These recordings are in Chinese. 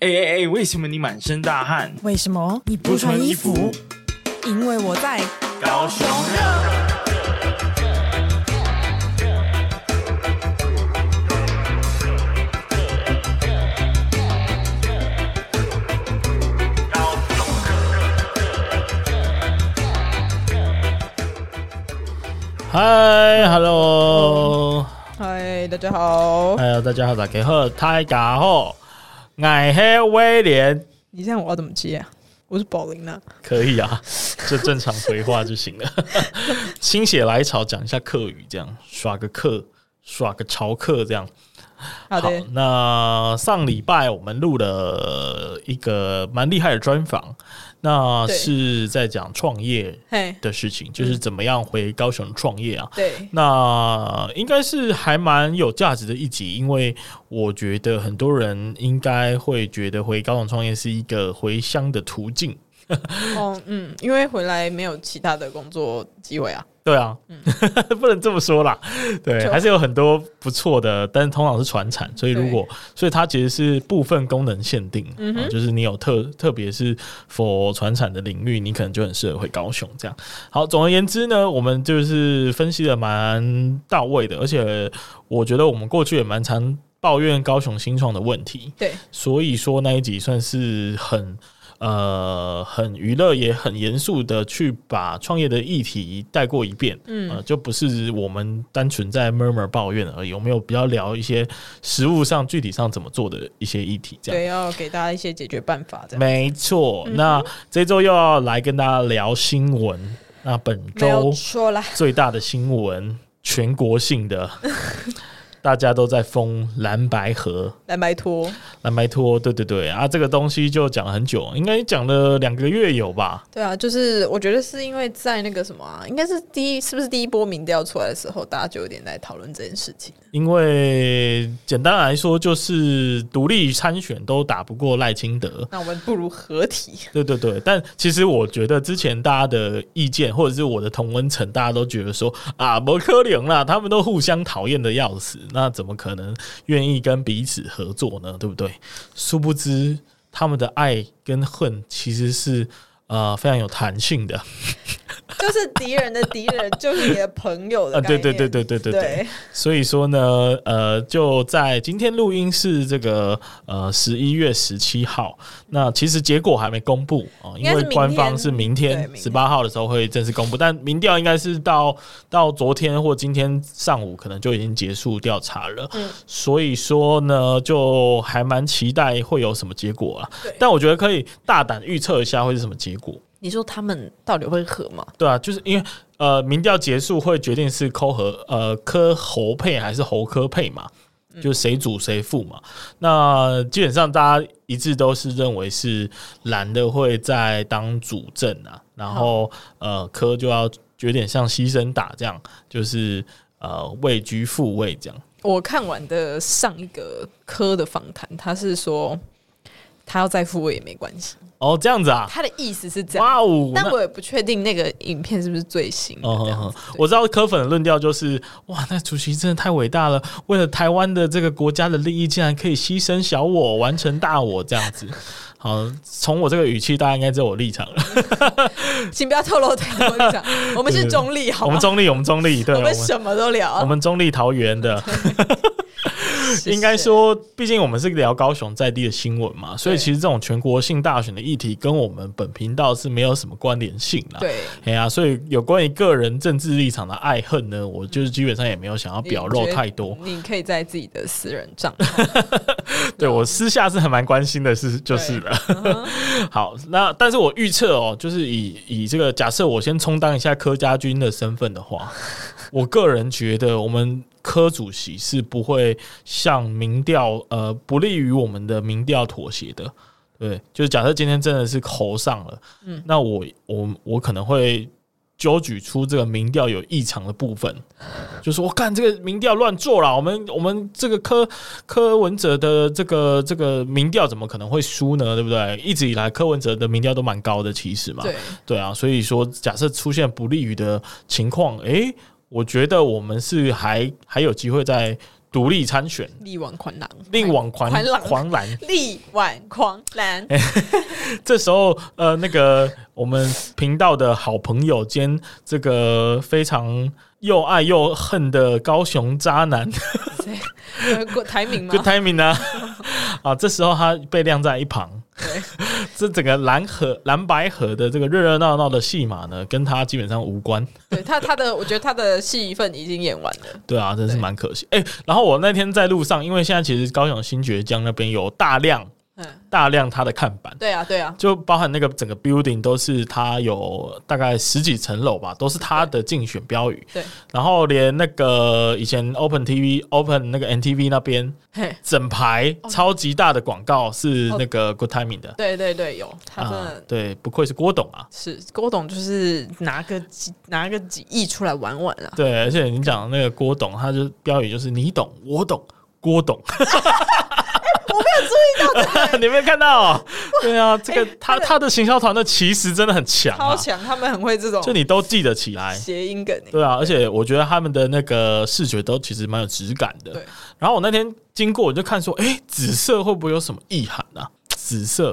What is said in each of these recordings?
哎哎哎，为什么你满身大汗？为什么你不穿衣服？因为我在。高雄嗨，Hello，嗨，大家好，哎呦，大家好，大家好，大家好，矮黑威廉你这样我要怎么接啊？我是宝琳娜，可以啊，这正常回话就行了。心血来潮讲一下客语，这样耍个客，耍个潮客，这样。好的，那上礼拜我们录了一个蛮厉害的专访，那对是在讲创业嘿，的事情，就是怎么样回高雄创业啊。对，那应该是还蛮有价值的一集，因为我觉得很多人应该会觉得回高雄创业是一个回乡的途径。哦，嗯，因为回来没有其他的工作机会啊，对啊， 不能这么说啦。对，就还是有很多不错的，但是通常是传产，所以如果所以它其实是部分功能限定，嗯哼啊就是你有特特别是否传产的领域，你可能就很适合回高雄这样。好，总而言之呢，我们就是分析的蛮到位的，而且我觉得我们过去也蛮常抱怨高雄新创的问题，对，所以说那一集算是很呃很娱乐也很严肃的去把创业的议题带过一遍，嗯呃，就不是我们单纯在 murmur 抱怨而已，我们有比较聊一些实物上具体上怎么做的一些议题，这样。对，要给大家一些解决办法，这样没错，嗯那这周又要来跟大家聊新闻。那本没有周错啦，最大的新闻，全国性 的，大家都在封蓝白河。蓝白拖，蓝白拖，对对对啊，这个东西就讲了很久，应该讲了两个月有吧？对啊，就是我觉得是因为在那个什么啊，应该是第一，是不是第一波民调出来的时候，大家就有点在讨论这件事情，因为简单来说，就是独立参选都打不过赖清德。那我们不如合体，对对对，但其实我觉得之前大家的意见，或者是我的同温层，大家都觉得说啊，摩柯林啦，他们都互相讨厌的要死，那怎么可能愿意跟彼此合作呢？对不对？殊不知他们的爱跟恨其实是呃非常有弹性的。 就是敌人的敌人，就是你的朋友的啊，概对念，对对对对对对。所以说呢，呃，就在今天录音是这个呃十一月十七号，那其实结果还没公布哦、应因该是为明官方天是明对天明十天八号的时候会正式公布，但民调应该是到到昨天或今天上午可能就已经结束调查了，嗯所以说呢，就还蛮期待会有什么结果啊对。但我觉得可以大胆预测一下会是什么结果。你说他们到底会合吗？对啊，就是因为呃，民调结束会决定是抠和呃科侯配还是侯科配嘛，嗯就谁主谁副嘛。那基本上大家一致都是认为是蓝的会在当主政啊，然后呃科就要有点像牺牲打这样，就是呃位居副位这样。我看完的上一个科的访谈，他是说他要再复位也没关系，哦，这样子啊，他的意思是这样。哇哦，但那我也不确定那个影片是不是最新的哦，这哼样哼子。我知道柯粉的论调就是，哇，那主席真的太伟大了，为了台湾的这个国家的利益，竟然可以牺牲小我，完成大我这样 子。好，从我这个语气，大家应该知道我立场了。对请不要透露太多立场，我们是中立， 好我吗们？中立，我们中立，对，我我们们什么都聊我啊，们中立桃园的， 谢谢应该说，毕竟我们是聊高雄在地的新闻嘛，所以对其实这种全国性大选的议题，跟我们本频道是没有什么关联性啦。对，哎呀、所以有关于个人政治立场的爱恨呢，我就是基本上也没有想要表露太多。你可以在自己的私人账号。 对我私下是还蛮关心的事，就是了。 好，那但是我预测哦，就是以以这个假设，我先充当一下柯家军的身份的话，我个人觉得我们柯主席是不会向民调呃不利于我们的民调妥协的。对，就是假设今天真的是侯上了，嗯，那我我我可能会揪举出这个民调有异常的部分，就说我干这个民调乱做了，我们我们这个柯柯文哲的这个这个民调怎么可能会输呢？对不对？一直以来柯文哲的民调都蛮高的，其实嘛，对，对啊，所以说假设出现不利于的情况，诶，我觉得我们是还还有机会再独立参选，力挽狂澜，力挽狂狂澜狂澜。哎力挽狂澜，这时候，呃，那个我们频道的好朋友兼这个非常又爱又恨的高雄渣男， 谁呃郭台铭吗就？timing 呢、啊，这时候他被晾在一旁。 对，这整个蓝河蓝白河的这个热热闹闹的戏码呢，跟他基本上无关。对他他的，我觉得他的戏份已经演完了。对啊，真是对蛮可惜。哎、然后我那天在路上，因为现在其实高雄新爵江那边有大量嗯，大量他的看板，对啊，对啊，就包含那个整个 building 都是他有大概十几层楼吧，都是他的竞选标语。对，然后连那个以前 Open TV、Open 那个 NTV 那边嘿，整排超级大的广告是哦那个 Good Timing 的。对对对，有他真啊的，对，不愧是郭董啊！是郭董，就是拿个几拿个几亿出来玩玩啊。对，而且你讲那个郭董，他就标语就是你懂，我懂，郭董。我 没有注意到，你没有看到 哦？对啊，这个他他的行销团队其实真的很强哎超啊，强，他们很会这种就你都记得起来。谐音梗欸。对啊，而且我觉得他们的那个视觉都其实蛮有质感的对。然后我那天经过，我就看说，哎、紫色会不会有什么意涵啊？紫色。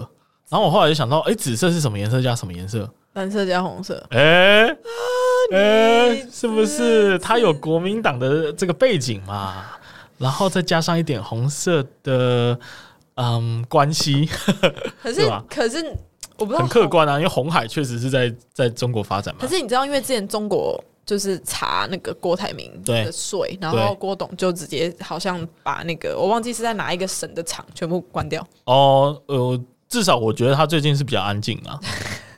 然后我后来就想到，哎、紫色是什么颜色加什么颜色？蓝色加红色，哎、哎、你是不是他有国民党的这个背景嘛？然后再加上一点红色的嗯关 系，可对是吧可是我不知道很客红观啊，因为红海确实是在在中国发展嘛可。是你知道，因为之前中国就是查那个郭台铭对的税，然对后郭董就直接好像把那个我忘记是在哪一个省的厂全部关掉。哦，呃，至少我觉得他最近是比较安静 啊。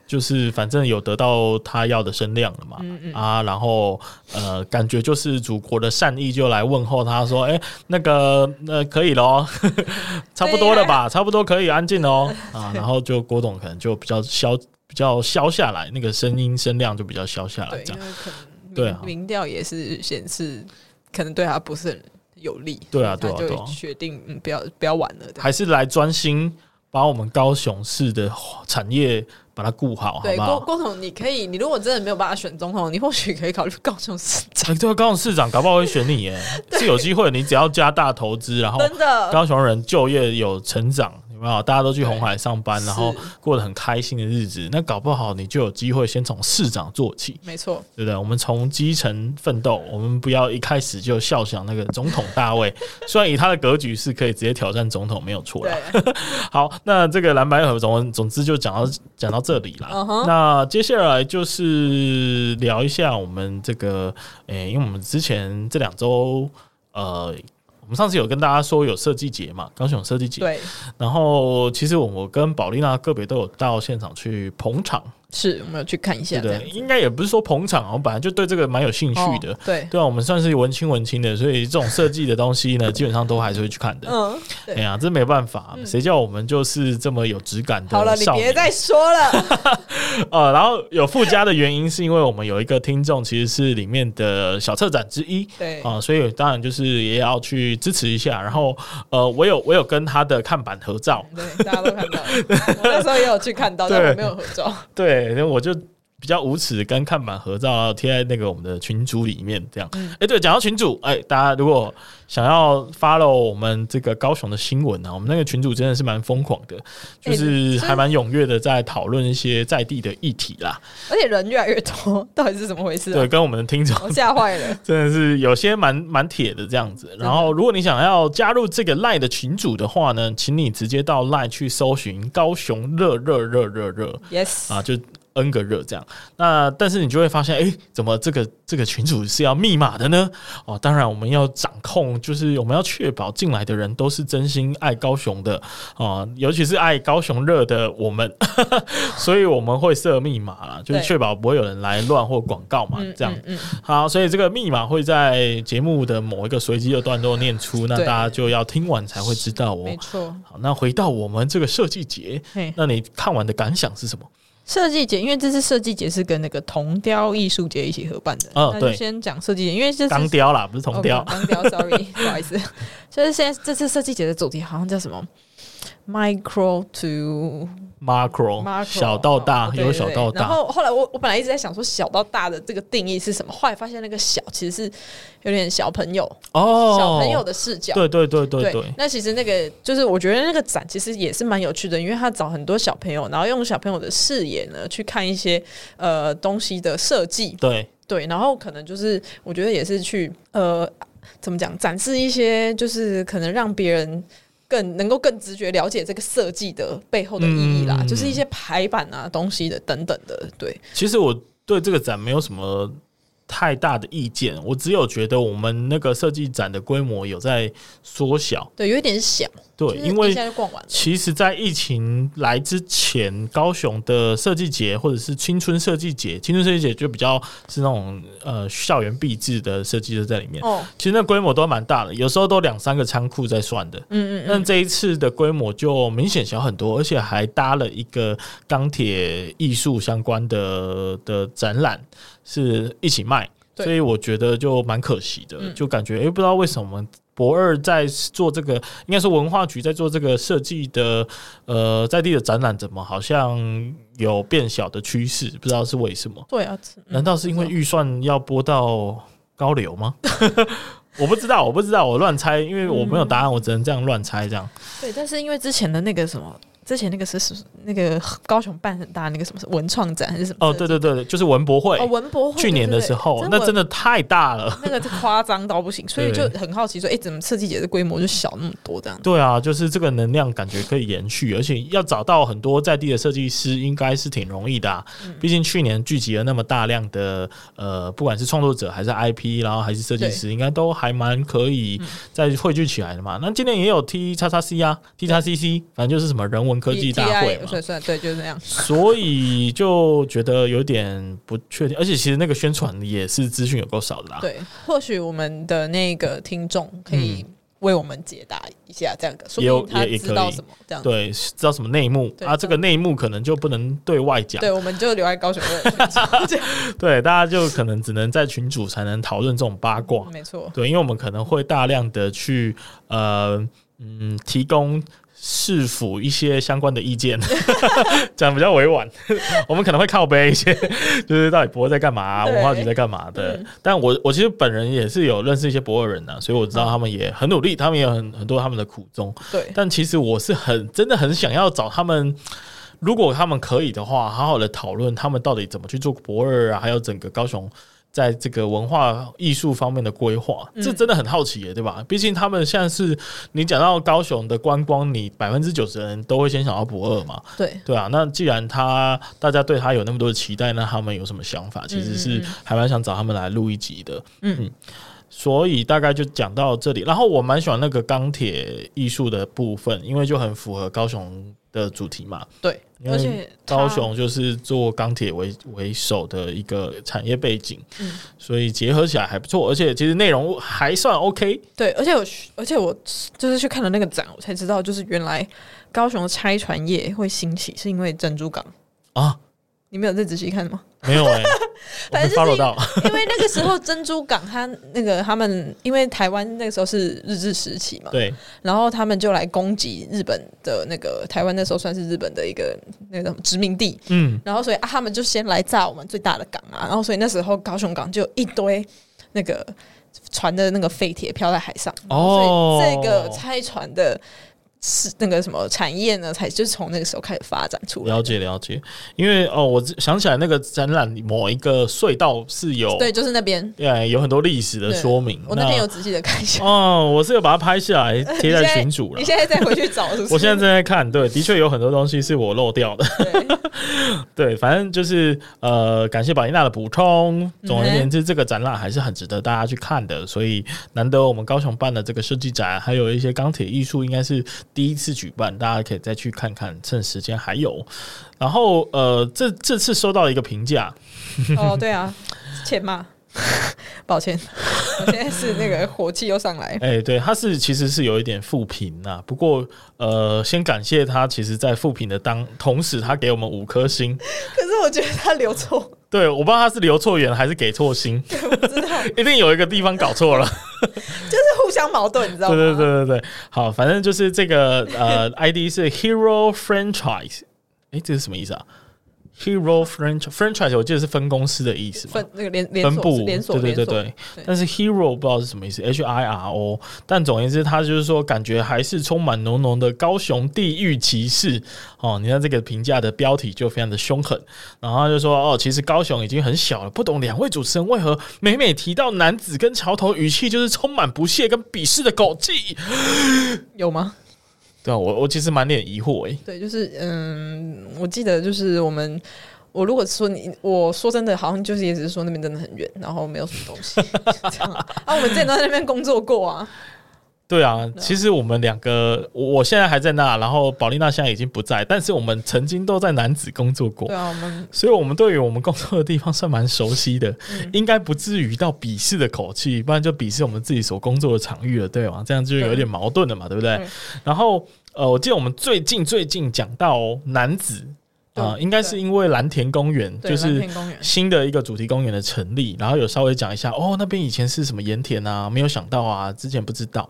就是反正有得到他要的声量了嘛，嗯啊，然后呃，感觉就是祖国的善意就来问候他说，哎、那个呃，可以咯， 差不多了吧，差不多可以安静 喽啊，然后就郭董可能就比较消比较消下来，那个声音声量就比较消下来对，啊这因样，为可能民对啊民调也是显示，可能对他不是很有利。对啊所以他对啊对啊就决定嗯，不要不要玩了。这样还是来专心把我们高雄市的产业把它顾好，好对不郭好？郭总，你可以，你如果真的没有办法选总统，你或许可以考虑高雄市长。哎对啊，高雄市长搞不好会选你 耶，是有机会，你只要加大投资，然后真的，哦高雄人就业有成长，有没有？大家都去红海上班，是然后过得很开心的日子。那搞不好你就有机会先从市长做起，没错，对不对？我们从基层奋斗，我们不要一开始就笑想那个总统大位。 虽然以他的格局是可以直接挑战总统，没有错啦。对，好，那这个蓝白合总总之就讲到讲到这里啦。嗯哼那接下来就是聊一下我们这个，诶、因为我们之前这两周，呃，我们上次有跟大家说有设计节嘛，高雄设计节，对，然后其实我我跟宝丽娜个别都有到现场去捧场，是我们有去看一对下，不啊这样对？应该也不是说捧场，啊我本来就对这个蛮有兴趣的。哦对，对啊，我们算是文青文青的，所以这种设计的东西呢，基本上都还是会去看的。嗯，哎对。嗯呀，这没办法，谁叫我们就是这么有质感的好了，你哎少别年再说了。 呃，然后有附加的原因是因为我们有一个听众其实是里面的小策展之一。对，啊、所以当然就是也要去支持一下。然后，呃，我有我有跟他的看板合照，对，大家都看到了。我那时候也有去看 到，对但我没有合照。对，那我就比较无耻，跟看板合照然后贴在那个我们的群组里面这样。嗯哎、对，讲到群组，哎、大家如果想要 follow 我们这个高雄的新闻呢、啊，我们那个群组真的是蛮疯狂的，就哎是真还蛮踊跃的在讨论一些在地的议题啦。而且人越来越多，到底是怎么回事、啊对，？跟我们的听 众我吓坏 了。真的是有些蛮蛮铁的这样子。然后，如果你想要加入这个 Line 的群组的话呢，请你直接到 Line 去搜寻“高雄热热热热热 Yes，” 啊，就 N 个热这样。那但是你就会发现，哎、怎么这个这个群组是要密码的呢？哦，当然我们要掌控，就是我们要确保进来的人都是真心爱高雄的哦，尤其是爱高雄热的我们， 所以我们会设密码啦，就是对确保不会有人来乱或广告嘛，这样。嗯，好，所以这个密码会在节目的某一个随机的段落念出，那大对家就要听完才会知道哦没。错。好，那回到我们这个设计节，嘿，那你看完的感想是什么？设计节，因为这次设计节是跟那个铜雕艺术节一起合办的，嗯那对就先讲设计节，因为这次钢雕啦，不是铜雕 哦，钢雕，sorry，不好意思，就是现在这次设计节的主题好像叫什么？ micro to macro, macro 哦小到大，哦对有小对到然大，后后来我我本来一直在想说小到大的这个定义是什么，后来发现那个小其实是有点小朋友、哦，小朋友的视角。对对对对对对，那其实那个就是我觉得那个展其实也是蛮有趣的，因为他找很多小朋友，然后用小朋友的视野呢去看一些呃东西的设计，对，对，然后可能就是我觉得也是去呃怎么讲展示一些就是可能让别人。更能够更直觉了解这个设计的背后的意义啦，嗯就是一些排版啊、东西的等等的，对，其实我对这个展没有什么太大的意见，我只有觉得我们那个设计展的规模有在缩小，对，有一点小，对，就是因一为下就逛完了。其实，在疫情来之前，高雄的设计节或者是青春设计节，青春设计节就比较是那种呃校园壁制的设计就在里面。哦，其实那规模都蛮大的，有时候都两三个仓库在算的。嗯嗯但这一次的规模就明显小很多，而且还搭了一个钢铁艺术相关的的展览，是一起卖，对所以我觉得就蛮可惜的，嗯就感觉诶、不知道为什么。博二在做这个，应该说文化局在做这个设计的，呃，在地的展览，怎么好像有变小的趋势？不知道是为什么？对啊，嗯难道是因为预算要拨到高流吗？ 我不知道，我不知道，我乱猜，因为我嗯没有答案，我只能这样乱猜。这样，对？但是因为之前的那个什么，之前那个是是那个高雄办很大那个什么文创展还是什么？哦，对对对对，就是文博会哦，，文博会去年的时候，那真的。的太大了。那个夸张到不行，所以就对很好奇说，哎、怎么设计节的规模就小那么多这样？对啊，就是这个能量感觉可以延续，而且要找到很多在地的设计师，应该是挺容易的、啊。嗯毕竟去年聚集了那么大量的呃，不管是创作者还是 IP，然后还是设计师，应该都还蛮可以嗯再汇聚起来的嘛。那今年也有 T 叉叉 C 啊，T 叉 CC，反正就是什么人文科技大会 TI 嘛。算算对，就是那样。所以就觉得有点不确定，而且其实那个宣传也是资讯有够少的啦。对，或许我们的那个听众可以为我们解答一下这样个，说嗯也有不定他也也可知道以什么这样。对，知道什么内幕嗯对啊？这知道个内幕可能就不能对外讲，对，我们就留在高雄为了群 众这样对，大家就可能只能在群组才能讨论这种八卦。没错。对，因为我们可能会大量的去呃嗯提供市府一些相关的意 见，讲比较委婉。我们可能会靠背一些，就是到底博尔在干嘛、对嗯文化局在干嘛的。但我我其实本人也是有认识一些博尔人呐、所以我知道他们也很努力，他们也有很很多他们的苦衷。对，但其实我是很真的很想要找他们，如果他们可以的话，好好的讨论他们到底怎么去做博二啊，还有整个高雄在这个文化艺术方面的规划，这真的很好奇耶，对吧？毕竟他们现在是你讲到高雄的观光，你百分之九十的人都会先想到博二嘛，对，对啊。那既然他大家对他有那么多的期待，那他们有什么想法？其实是还蛮想找他们来录一集的。嗯，所以大概就讲到这里。然后我蛮喜欢那个钢铁艺术的部分，因为就很符合高雄的主题嘛。对，因而为且它高雄就是做钢铁为为首的一个产业背景，嗯所以结合起来还不错，而且其实内容还算 OK。对，而且我去而且我就是去看了那个展，我才知道，就是原来高雄的拆船业会兴起，是因为珍珠港。啊，你没有再仔细看吗？没有 哎、我没反正就是 follow 到，因为那个时候珍珠港，它那个他们，因为台湾那个时候是日治时期嘛，对，然后他们就来攻击日本的那个台湾，那时候算是日本的一个那个叫什么殖民地，嗯，然后所以啊，他们就先来炸我们最大的港啊，然后所以那时候高雄港就有一堆那个船的那个废铁飘在海上，哦所以这个拆船的是那个什么产业呢，才就是从那个时候开始发展出来。了解了解。因为哦，我想起来那个展览里某一个隧道是有，对，就是那边，呃，有很多历史的对说明。我那天有仔细的看一下。哦，我是有把它拍下来贴在群主了 你。现在再回去找是不是？我现在正在看，对，的确有很多东西是我漏掉的。对对，反正就是呃，感谢宝丽娜的补嗯充。总而言之，这个展览还是很值得大家去看的，所以难得我们高雄办的这个设计展，还有一些钢铁艺术，应该是第一次举办，大家可以再去看看，趁时间还有。然后呃，这这次收到一个评价，哦，对啊，欠骂，抱歉，我现在是那个火气又上来。哎、对，他是其实是有一点复评呐，不过呃，先感谢他，其实在复评的当同时，他给我们五颗星。可是我觉得他留错，对，我不知道他是留错人还是给错星， 我不知道，一定有一个地方搞错了。就是互相矛盾，你知道吗？对对对对对，好，反正就是这个呃，ID 是 Hero Franchise，哎，这是什么意思啊？Hero Franchise Franchise 我记得是分公司的意思嘛，分那个连连分锁部是连锁，对对对连锁对。但是 Hero 不知道是什么意思，H I R O。但总而言之，他就是说，感觉还是充满浓浓的高雄地域歧视哦。你看这个评价的标题就非常的凶狠，然后他就说哦，其实高雄已经很小了，不懂两位主持人为何每每提到男子跟桥头，语气就是充满不屑跟鄙视的狗气。有吗？对啊，我我其实满脸疑惑诶、欸对，就是嗯，我记得就是我们。我如果说你，我说真的，好像就是也只是说那边真的很远，然后没有什么东西 这样啊。啊我们之前都在那边工作过啊，对啊，其实我们两个，我我现在还在那，然后宝丽娜现在已经不在，但是我们曾经都在男子工作过对。啊，我们所以，我们对于我们工作的地方算蛮熟悉的，嗯应该不至于到鄙视的口气，不然就鄙视我们自己所工作的场域了，对吗？啊这样就有点矛盾了嘛，对不对？对然后，呃，我记得我们最近最近讲到男子啊、对应该是因为蓝田公园对就是蓝田公园新的一个主题公园的成立，然后有稍微讲一下哦，那边以前是什么盐田啊，没有想到啊，之前不知道。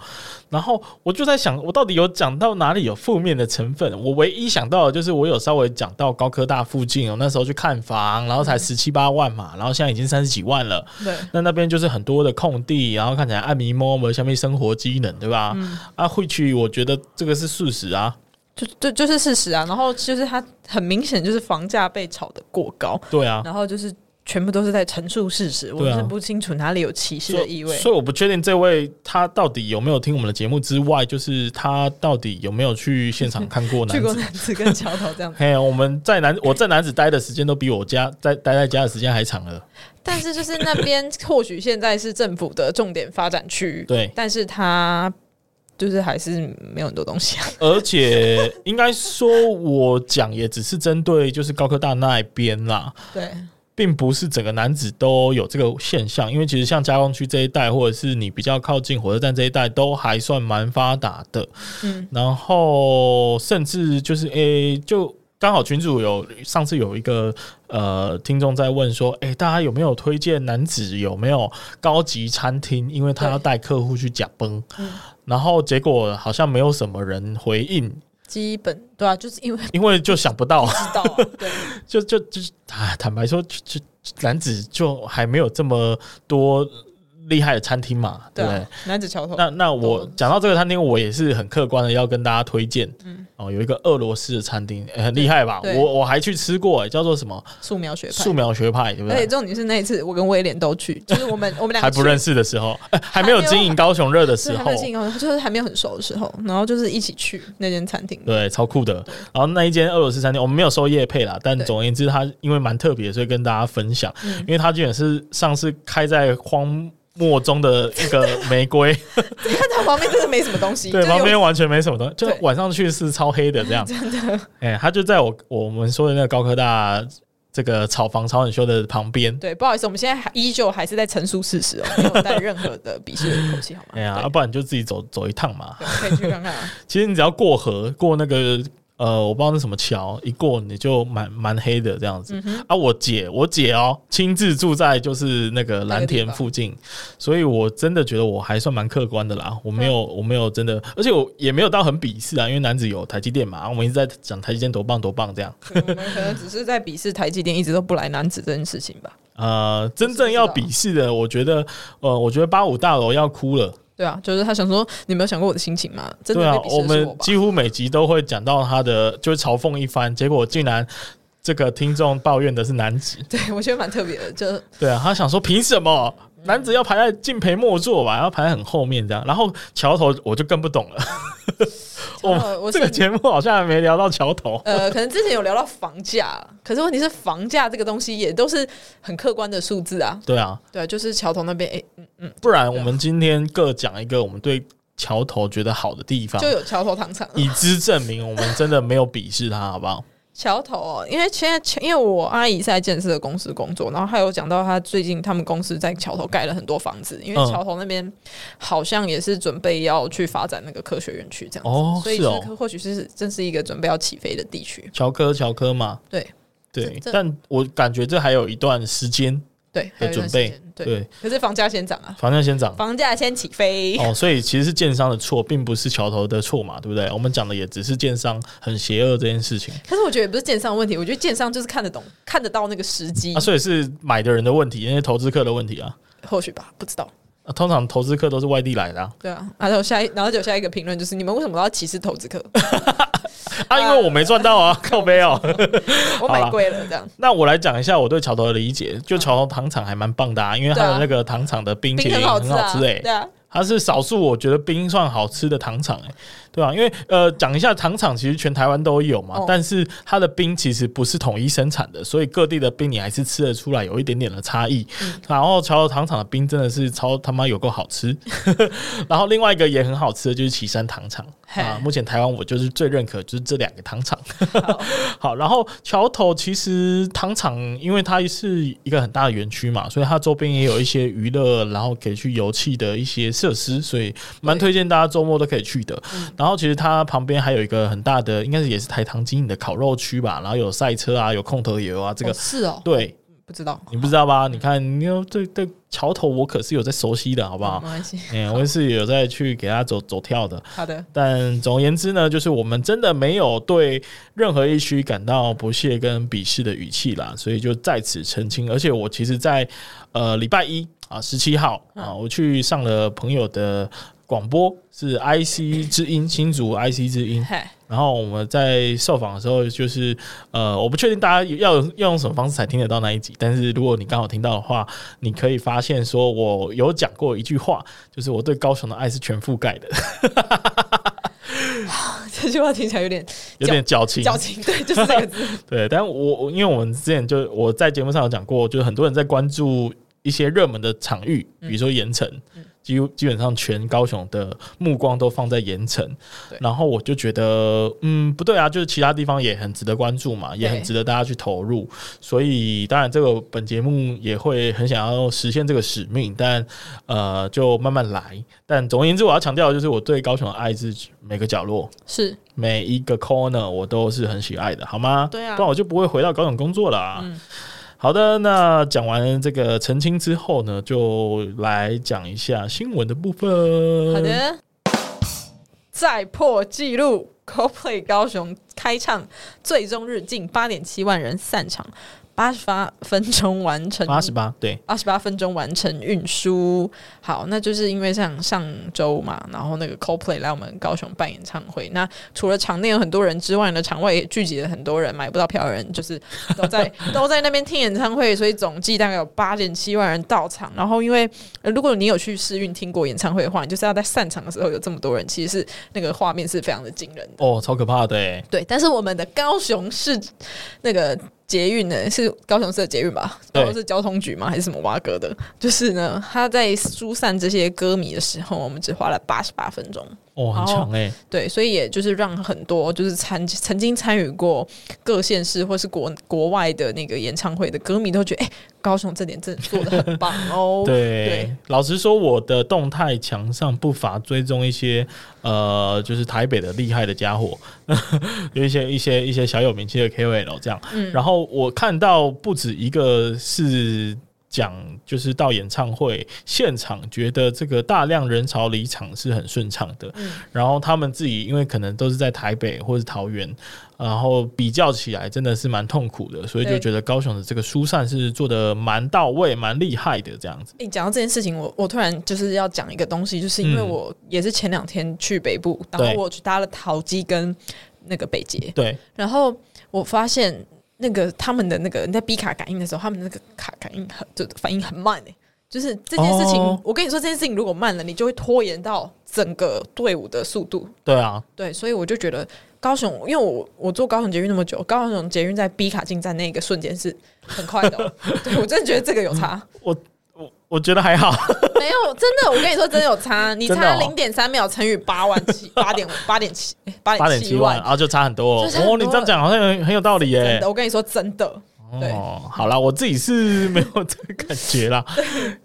然后我就在想，我到底有讲到哪里有负面的成分？我唯一想到的就是我有稍微讲到高科大附近，哦我那时候去看房，然后才十七八万嘛，然后现在已经三十几万了。对那那边就是很多的空地，然后看起来暗迷摸摸，下面生活机能，对吧？啊，会去，我觉得这个是事实啊，就就就是事实啊。然后就是它很明显就是房价被炒得过高，对啊。然后就是全部都是在陈述事实，我对啊是不清楚哪里有歧视所的以意味。所以我不确定这位他到底有没有听我们的节目之外，就是他到底有没有去现场看过 去男过子。，男子跟桥头这样 嘿，我们在男我在男子待的时间都比我家在待在家的时间还长 了。但是就是那边或许现在是政府的重点发展区，对但是它就是还是没有很多东西啊。而且应该说，我讲也只是针对就是高科大那一边啦，对，并不是整个男子都有这个现象。因为其实像加工区这一带，或者是你比较靠近火车站这一带，都还算蛮发达的。嗯，然后甚至就是诶、就刚好群主有上次有一个呃听众在问说，诶、大家有没有推荐男子有没有高级餐厅？因为他要带客户去假崩，然后结果好像没有什么人回应， 基本对啊，就是因为不因为就想不到，知 道、啊，对，就就就是啊，坦白说，就就男子就还没有这么多厉害的餐厅嘛，对对不啊、对？男子桥头，那那我懂讲到这个餐厅，我也是很客观的要跟大家推荐，哦，有一个俄罗斯的餐厅、诶很厉害吧？嗯对我我还去吃过、欸诶叫做什么素描学派，素描学派，对不而且对？重点是那一次我跟威廉都去，就是我们我们两还个不认识。识的时候， 诶还没有还没有经营高雄热的时是还候没有，进哦，就是还没有很熟的时候，然后就是一起去那间餐 厅。对，超酷的。然后那一间俄罗斯餐厅，我们没有收业配啦，但对嗯总而言之，它因为蛮特别，所以跟大家分享，因为它基本是上次开在荒。漠中的一个玫 瑰，看它旁边真的没什么东西，对，就有旁边完全没什么东西，就对嗯晚上去是超黑的这样。真的哎、他就在我我们说的那个高科大这个草房草很修的旁边。对，不好意思，我们现在还依旧还是在陈述事实哦，没有带任何的鄙视的口气，好吗？哎呀，要不然你就自己走走一趟嘛。对，可以去看看啊。其实你只要过河，过那个呃，我不知道那什么桥，一过你就蛮蛮黑的这样子。啊，我姐，我姐哦，亲自住在就是那个蓝田附近，所以我真的觉得我还算蛮客观的啦。我没有，我没有真的，而且我也没有到很鄙视啊，因为男子有台积电嘛，我们一直在讲台积电多棒多棒这样。对我们可能只是在鄙视台积电一直都不来男子这件事情吧。呃，真正要鄙视的，我觉得，呃，我觉得八五大楼要哭了。对啊，就是他想说，你没有想过我的心情吗？真的对啊被，鄙我视的是们我吧？几乎每集都会讲到他的，就是嘲讽一番，结果竟然这个听众抱怨的是男子。 对，我觉得蛮特别的， 就对啊，他想说凭什么嗯男子要排在敬陪末座吧，要排在很后面这样。然后桥头我就更不懂了，呃，我 这个是节目好像还没聊到桥头。呃，可能之前有聊到房价，可是问题是房价这个东西也都是很客观的数字啊。对啊，对啊，就是桥头那边，诶，不然我们今天各讲一个我们对桥头觉得好的地方就，有桥头糖厂。以资证明我们真的没有鄙视他，好不 好？桥头哦，因为现在因为我阿姨是在建设公司工作，然后还有讲到她最近他们公司在桥头盖了很多房子，因嗯为桥头那边好像也是准备要去发展那个科学园区这样子，哦所以是哦这或许是真是一个准备要起飞的地区。乔科，乔科嘛，对对这，这但我感觉这还有一段时间，对，的还有一准段时备间。对，对，可是房价先涨啊，房价先涨。房价先起飞。哦，所以其实是建商的错，并不是桥头的错嘛，对不对？我们讲的也只是建商很邪恶这件事情可是我觉得也不是建商的问题，我觉得建商就是看得懂、看得到那个时机啊，，所以是买的人的问题，那些投资客的问题啊。或许吧，不知道。啊通常投资客都是外地来的啊，对啊，然后下一，然后就下一个评论就是你们为什么要歧视投资客？啊因为我没赚到啊，靠背哦。我好买啦贵了这样。那我来讲一下我对桥头的理解，就桥头糖厂还蛮棒的啊，因为它对的啊那个糖厂的冰淇冰淋很好吃啊，好吃哎、对啊，它是少数我觉得冰算好吃的糖厂哎、对啊，因为呃讲一下糖厂其实全台湾都有嘛，哦但是它的冰其实不是统一生产的，所以各地的冰你还是吃得出来有一点点的差异。嗯然后桥头糖厂的冰真的是超他妈有够好吃， 然后另外一个也很好吃的就是岐山糖厂嘿啊，目前台湾我就是最认可就是这两个糖厂。好好，然后桥头其实糖厂，因为它是一个很大的园区嘛，所以它周边也有一些娱乐，然后可以去游憩的一些设施，所以蛮推荐大家周末都可以去的。然后其实它旁边还有一个很大的，应该是也是台糖经营的烤肉区吧，然后有赛车啊，有空投油啊，这个、哦是哦，对不知道，你不知道吧？你看，你要对对桥头，我可是有在熟悉的，好不好没？关系。嗯、我也是有在去给他走走跳的。好的，但总而言之呢，就是我们真的没有对任何一区感到不屑跟鄙视的语气啦，所以就在此澄清。而且我其实在，呃礼拜一啊十七号啊，我去上了朋友的广播，是 IC 之音新竹 IC 之 音。嗨，然后我们在受访的时候，就是呃，我不确定大家要要用什么方式才听得到那一集，但是如果你刚好听到的话，你可以发现说我有讲过一句话，就是我对高雄的爱是全覆盖的， 这句话听起来有点有点矫情，矫情， 对，就是这个字。 对，但我我因为我们之前就我在节目上有讲过，就是很多人在关注一些热门的场域，比如说盐城，几乎基本上全高雄的目光都放在盐城对。然后我就觉得，嗯，不对啊，就是其他地方也很值得关注嘛，也很值得大家去投入。所以当然，这个本节目也会很想要实现这个使命，但呃，就慢慢来。但总而言之，我要强调的就是我对高雄的爱是每个角落，是每一个 corner 我都是很喜爱的，好吗？对啊嗯不然我就不会回到高雄工作了、啊。好的，那讲完这个澄清之后呢，就来讲一下新闻的部分。好，的，再破纪录，CoPlay 高雄开唱最终日近八点七万人散场，八十八分钟完成八十八，对，二十八分钟完成运输。好，那就是因为像上周嘛，然后那个 CoPlay 来我们高雄办演唱会，那除了场内有很多人之外呢，场外也聚集了很多人，买不到票的人就是都在都在那边听演唱会，所以总计大概有八点七万人到场。然后因为、呃如果你有去试运听过演唱会的话，你就是要在散场的时候有这么多人，其实是那个画面是非常的惊人的。哦，超可怕的欸对，但是我们的高雄市那个捷运呢，是高雄市的捷运吧？对高雄市交通局吗？还是什么挖哥的？就是呢，他在疏散这些歌迷的时候，我们只花了八十八分钟。哦，很强哎、对，所以也就是让很多就是参曾经参与过各县市或是国国外的那个演唱会的歌迷都觉得，哎、高雄这点真的做的很棒哦。 对，老实说，我的动态墙上不乏追踪一些呃，就是台北的厉害的家伙， 有一些一些一些小有名气的 KOL 这样。然后我看到不止一个是。讲就是到演唱会现场，觉得这个大量人潮离场是很顺畅的。然后他们自己因为可能都是在台北或是桃园，然后比较起来真的是蛮痛苦的，所以就对觉得高雄的这个疏散是做的蛮到位、蛮厉害的这样子。你讲到这件事情，我我突然就是要讲一个东西，就是因为嗯我也是前两天去北部，然后对我去搭了桃机跟那个北捷，对，然后我发现那个他们的那个你在 B 卡感应的时候，他们那个卡感应很就反应很慢诶、欸就是这件事情，哦我跟你说，这件事情如果慢了，你就会拖延到整个队伍的速度。对啊，对，所以我就觉得高雄，因为我我坐高雄捷运那么久，高雄捷运在 B 卡进站那个瞬间是很快 的哦、对我真的觉得这个有差。我我觉得还好， 没有，真的，我跟你说，真的有 差，你真的差哦零点三秒乘以八万 七，八点八点七，八八点点七七万，万然。后就差很多哦。就差很多哦，你这样讲好像很很有道理真耶的，。我跟你说真的，对哦，好啦，我自己 是没有这个感觉啦。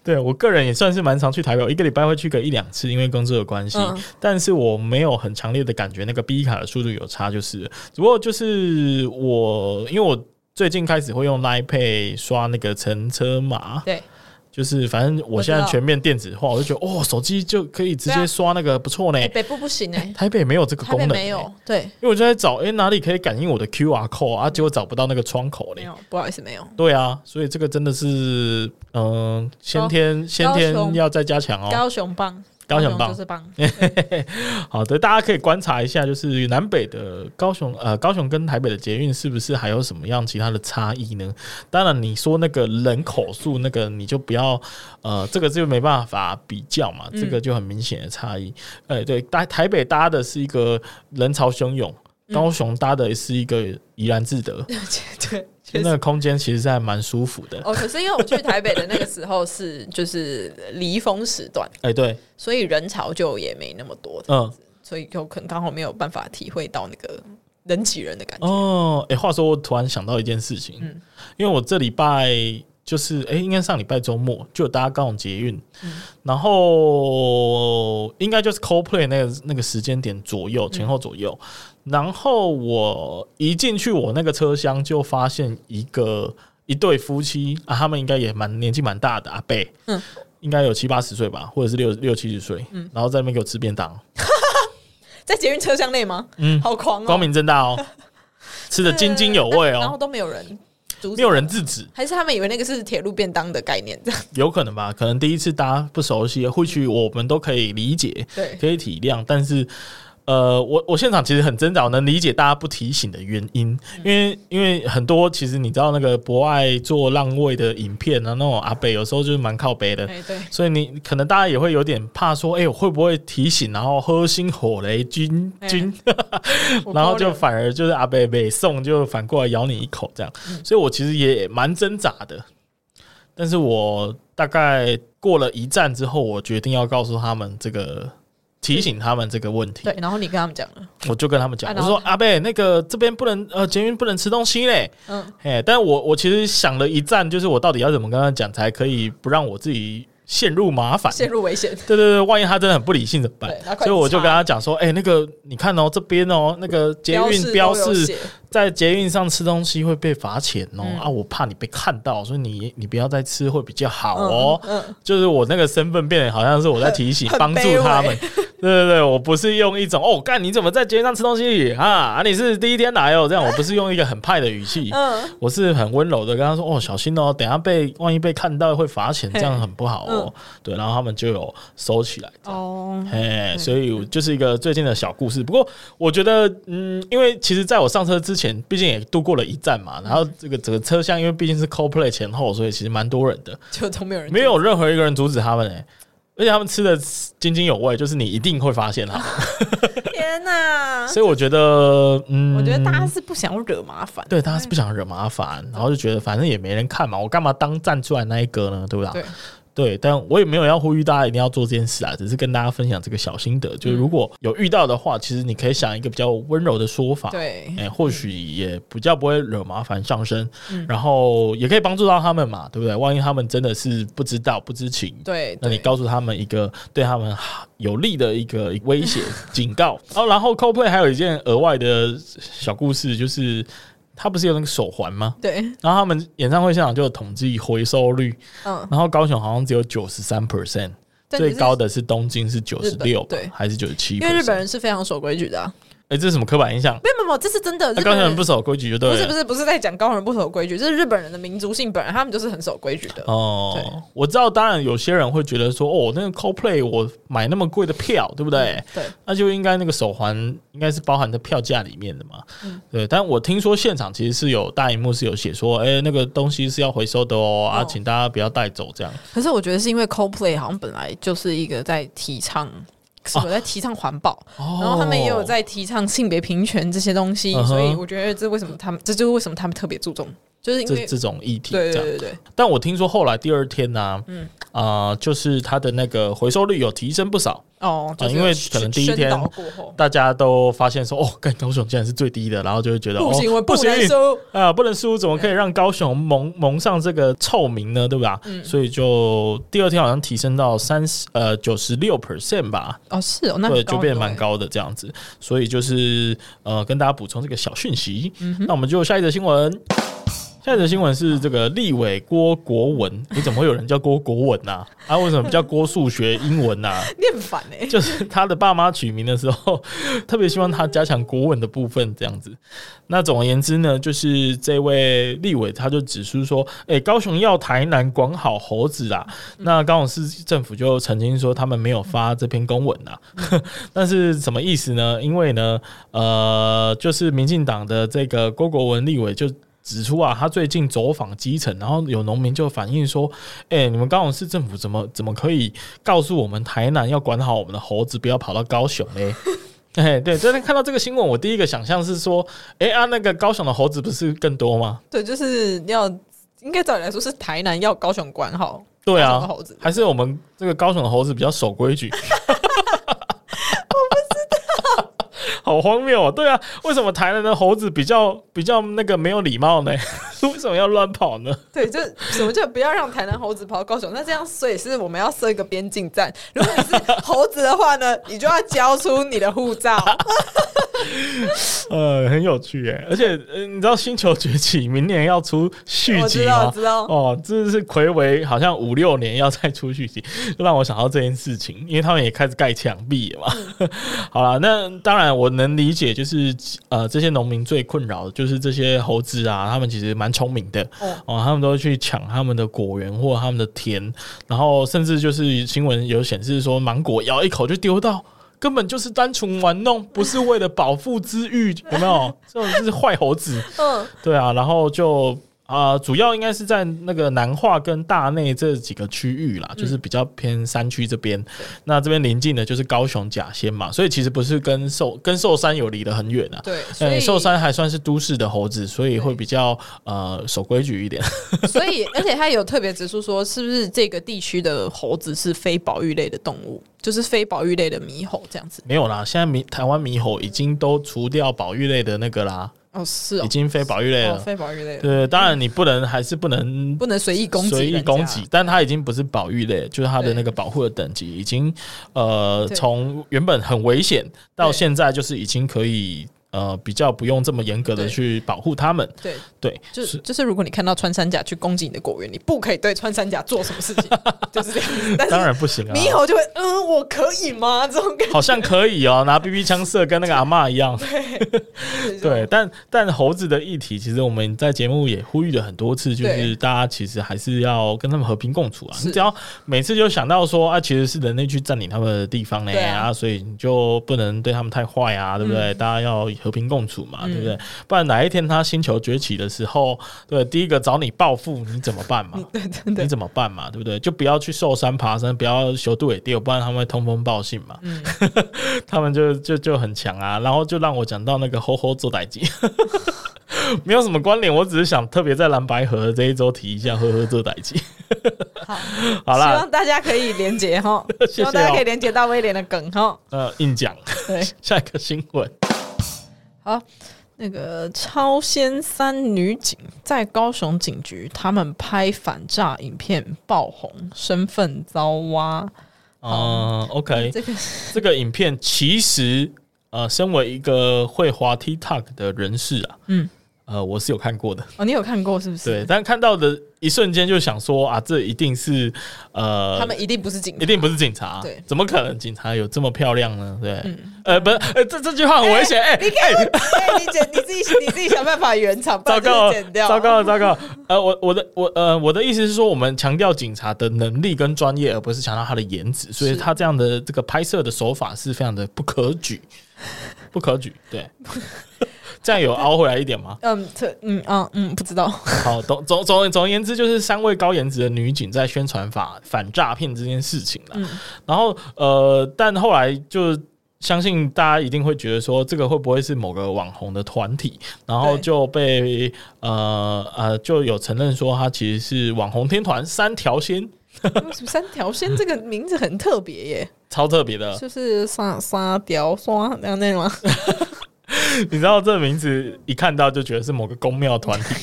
对我个人也算是蛮常去台北，我一个礼拜会去个一两次，因为工作的关系。嗯但是我没有很强烈的感觉那个 B 卡的速度有差，就是了只不过就是我因为我。最近开始会用 Line Pay 刷那个乘车码，对，就是反正我现在全面电子化，我就觉得哦，手机就可以直对啊接刷那个，不错呢哎、。北部不行哎、台北没有这个台功北能，欸没有，对，因为我就在找，哎、哪里可以感应我的 QR code 啊？结果找不到那个窗口嗯没嘞。有，不好意思，没有。对啊，所以这个真的是，嗯、先天先天要再加强哦。高雄棒，高雄棒哎就是棒，好的，大家可以观察一下，就是南北的高雄，呃，高雄跟台北的捷运是不是还有什么样其他的差异呢？当然，你说那个人口数，那个你就不要，呃，这个就没办法比较嘛，嗯这个就很明显的差异。哎、对，搭台北搭的是一个人潮汹涌，高雄搭的是一个怡然自得。 对，确那实。个空间其实还蛮舒服的。哦，可是因为我去台北的那个时候是就是离峰时段， 哎、对，所以人潮就也没那么多，嗯，所以有可能刚好没有办法体会到那个人挤人的感觉。哦，哎、话说我突然想到一件事情，嗯因为我这礼拜就是哎、应该上礼拜周末就有搭高雄捷运，嗯然后应该就是 CoPlay 那个那个时间点左右前后左右，嗯然后我一进去我那个车厢就发现一个一对夫妻啊，他们应该也蛮年纪蛮大的阿伯，嗯应该有七八十岁吧，或者是六六七十岁，然后在那边给我吃便当。在捷运车厢内吗？嗯好狂哦，光明正大哦，吃的津津有味啊 然后哦，都没有人阻止，没有人制止，还是他们以为那个是铁路便当的概念，这样有可能吧？可能第一次大家不熟悉，或许我们都可以理解，对可以体谅，但是。呃，我我现场其实很挣扎，我能理解大家不提醒的原因，嗯因为因为很多其实你知道那个博爱做浪位的影片啊，那种阿北有时候就是蛮靠北的，哎对，所以你可能大家也会有点怕说，哎、我会不会提醒，然后喝心火雷军哎军我然后就包反而就是阿北北送就反过来咬你一口这样，嗯所以我其实也蛮挣扎的，但是我大概过了一站之后，我决定要告诉他们这个。提醒他们这个问题，对，然后你跟他们讲了，我就跟他们讲啊，我然后说阿贝，那个这边不能呃，捷运不能吃东西嘞，嗯，哎，但我我其实想了一站，就是我到底要怎么跟他讲，才可以不让我自己陷入麻烦，陷入危险，对对对，万一他真的很不理性怎么办对他？快所以我就跟他讲说，哎、那个你看哦，这边哦，那个捷运标嗯标都有示写在捷运上吃东西会被罚钱哦、嗯啊，我怕你被看到，所以你你不要再吃会比较好哦。嗯，嗯就是我那个身份变得好像是我在提醒很帮卑助微他们，对 对对，我不是用一种哦，干你怎么在街上吃东西啊？啊，你是第一天来哦，这样我不是用一个很派的语气， 嗯我是很温柔的跟他说：“哦，小心哦，等一下被万一被看到会罚钱，嘿嗯这样很不好哦。对，然后他们就有收起来。哦，哎，所以我就是一个最近的小故事。不过我觉得，嗯，因为其实在我上车之前，毕竟也度过了一站嘛，然后这个整个车厢，因为毕竟是 CoPlay 前后，所以其实蛮多人的，就都没有人没有任何一个人阻止他们哎、而且他们吃的津津有味，就是你一定会发现 他。天哪！所以我觉得，嗯，我觉得大家是不想要惹麻烦，对，大家是不想惹麻烦，然后就觉得反正也没人看嘛，我干嘛当站出来那一个呢？对不对？对，对，但我也没有要呼吁大家一定要做这件事啊，只是跟大家分享这个小心得，嗯就是如果有遇到的话，其实你可以想一个比较温柔的说法。对哎、或许也比较不会惹麻烦上身，嗯然后也可以帮助到他们嘛，对不对？万一他们真的是不知道、不知情，对，那你对告诉他们一个对他们有利的一个威胁警 告。哦，然后 CoPlay 还有一件额外的小故事，就是他不是有那个手环吗？对，然后他们演唱会现场就有统计回收率，嗯，然后高雄好像只有九十三 percent，但最只是高的是东京是九十日六本，对还是九十七？因为日本，人是非常守规矩的啊，哎，这是什么刻板印象？没有没有没有，这是真的，那日高本雄人人不守规矩就对不了。是不是不是在讲高雄人不守规矩，这是日本人的民族性本来他们就是很守规矩的。哦对，我知道，当然有些人会觉得说，哦，那个 CoPlay 我买那么贵的票，对不对？对，那就应该那个手环应该是包含在票价里面的嘛。嗯对，但我听说现场其实是有大荧幕是有写说，哎、那个东西是要回收的哦，啊，哦请大家不要带走这样。可是我觉得是因为 CoPlay 好像本来就是一个在提倡。是我在提倡环保，啊哦然后他们也有在提倡性别平权这些东西嗯哼所以我觉得这为什么他们，这就是为什么他们特别注重，就是因这为这种议题对这对样。对对，但我听说后来第二天呢、啊，嗯啊就是它的那个回收率有提升不少，哦，就是因为有可能第一天宣导过后，大家都发现说，哦，干高雄竟然是最低的，然后就会觉得不行，哦、我不不行能收。啊，不能输，怎么可以让高雄蒙蒙上这个臭名呢？对吧？嗯所以就第二天好像提升到三十呃九十六 percent 吧，哦，是哦，那对，很高就变得很多蛮 欸。高的这样子。嗯所以就是呃，跟大家补充这个小讯息。那我们就下一则新闻。在的新闻是这个立委郭国文，你怎么会有人叫郭国文呐、啊？啊，为什么不叫 郭数学英文呐、啊念反哎、就是他的爸妈取名的时候，特别希望他加强国文的部分，这样子。那总而言之呢，就是这位立委他就指出说，诶，高雄要台南管好猴子啊。那高雄市政府就曾经说他们没有发这篇公文啊， 但是什么意思呢？因为呢，呃，就是民进党的这个郭国文立委就。指出啊，他最近走访基层，然后有农民就反映说：“哎、你们高雄市政府怎么怎么可以告诉我们台南要管好我们的猴子，不要跑到高雄嘞？” 哎，对，真的看到这个新闻，我第一个想象是说：“哎、啊，那个高雄的猴子不是更多吗对，就是要应该照理来说是台南要高雄管好？”对高雄啊的猴子，还是我们这个高雄的猴子比较守规矩。我 不知道，好荒谬啊！对啊，为什么台南的猴子比较比较那个没有礼貌呢？ 为什么要乱跑呢？对，就什么叫不要让台南猴子跑到高雄？那这样，所以是我们要设一个边境站。如果你是猴子的话呢，你就要交出你的护照。啊呃，很有趣哎，而且、呃、你知道《星球崛起》明年要出续我集知道，我吗？知道。哦，这是暌违好像五六年要再出续集， 就让我想到这件事情，因为他们也开始盖墙壁了嘛。 好了，那当然我能理解，就是呃，这些农民最困扰的就是这些猴子啊，他们其实蛮聪明的哦哦，他们都会去抢他们的果园或他们的田，然后甚至就是新闻有显示说，芒果咬一口就丢到。根本就是单纯玩弄，不是为了饱腹之欲，有没有？ 这种就是坏猴子，嗯，对啊。然后就啊、呃主要应该是在那个南化跟大内这几个区域嗯啦，就是比较偏山区这边。那这边临近的就是高雄甲仙嘛，所以其实不是跟寿跟寿山有离得很远啊。对，所哎，以寿山还算是都市的猴子，所以会对比较呃守规矩一 点。所以，而且他有特别指出说，是不是这个地区的猴子是非保育类的动物，就是非保育类的猕猴这样子？没有啦，现在猕台湾猕猴已经都除掉保育类的那个啦，哦，是哦已，经非保育类哦，了。非保育类的，对，当然你不能，还是不能不能随意攻击，随意攻击，，但它已经不是保育类，就是它的对那个保护的等级已经呃，对从原本很危险到对现在就是已经可以呃比较不用这么严格的对去保护它们。对，对，就是就是，如果你看到穿山甲去攻击你的果园，你不可以对穿山甲做什么事情， 就是这样子。但是当然不行啊，猕猴就会，嗯，我可以吗？ 这种感好像可以哦，拿 BB 枪射跟那个阿嬷一样。觉， 对，但但猴子的议题，其实我们在节目也呼吁了很多次，就是对大家其实还是要跟他们和平共处啊。是你只要每次就想到说啊，其实是人类去占领他们的地方嘞对啊嗯啊，所以你就不能对他们太坏啊，对不对？大家要和平共处嘛，对不对？不然哪一天他星球崛起的时候，对，第一个找你报复，你怎么办嘛？ 对对你对，怎么办嘛？对不对？就不要去寿山爬山，不要修杜尾地，不然他们会通风报信嘛。嗯他们就就就很强啊，然后就让我讲到那个吼吼做代机， 没有什么关联，我只是想特别在蓝白河这一周提一下呵呵做代机。好， 好希啦，望大家可以连接哈，希谢望大家可以哦。连接到威廉的梗 哈。呃，硬讲对，下一个新闻，好，那个超仙三女警在高雄警局，他们拍反诈影片爆红，身份遭挖。嗯，OK，这个这个影片其实呃，身为一个会滑 TikTok 的人士啊，嗯，呃，我是有看过的，哦，你有看过是不是？对，但看到的一瞬间就想说啊，这一定是呃，他们一定不是警察一定 不是警察，对嗯怎么可能警察有这么漂亮呢？对，呃，不是，呃，这这句话很危险，哎、你给我，哎你剪，你自己你自己想办法圆 场，不糟然就糕是了，剪掉。糟糕了，糟糕了！呃，我我的我呃我的意思是说，我们强调警察的能力跟专业，而不是强调他的颜值，所以是他这样的这个拍摄的手法是非常的不可取，不可取。 对，这样有凹回来一点吗？嗯，这嗯啊嗯，不知道。 好，总总总总而言之，就是三位高颜值的女警在宣传法反诈骗这件事情嗯了。然后呃，但后来就。相信大家一定会觉得说，这个会不会是某个网红的团体，然后对就被呃呃就有承认说，他其实是网红天团三条仙，为什么三条仙这个名字很特别耶？超特别的。就是沙沙雕刷那样那种啊吗？ 你知道这名字一看到就觉得是某个宫庙团体，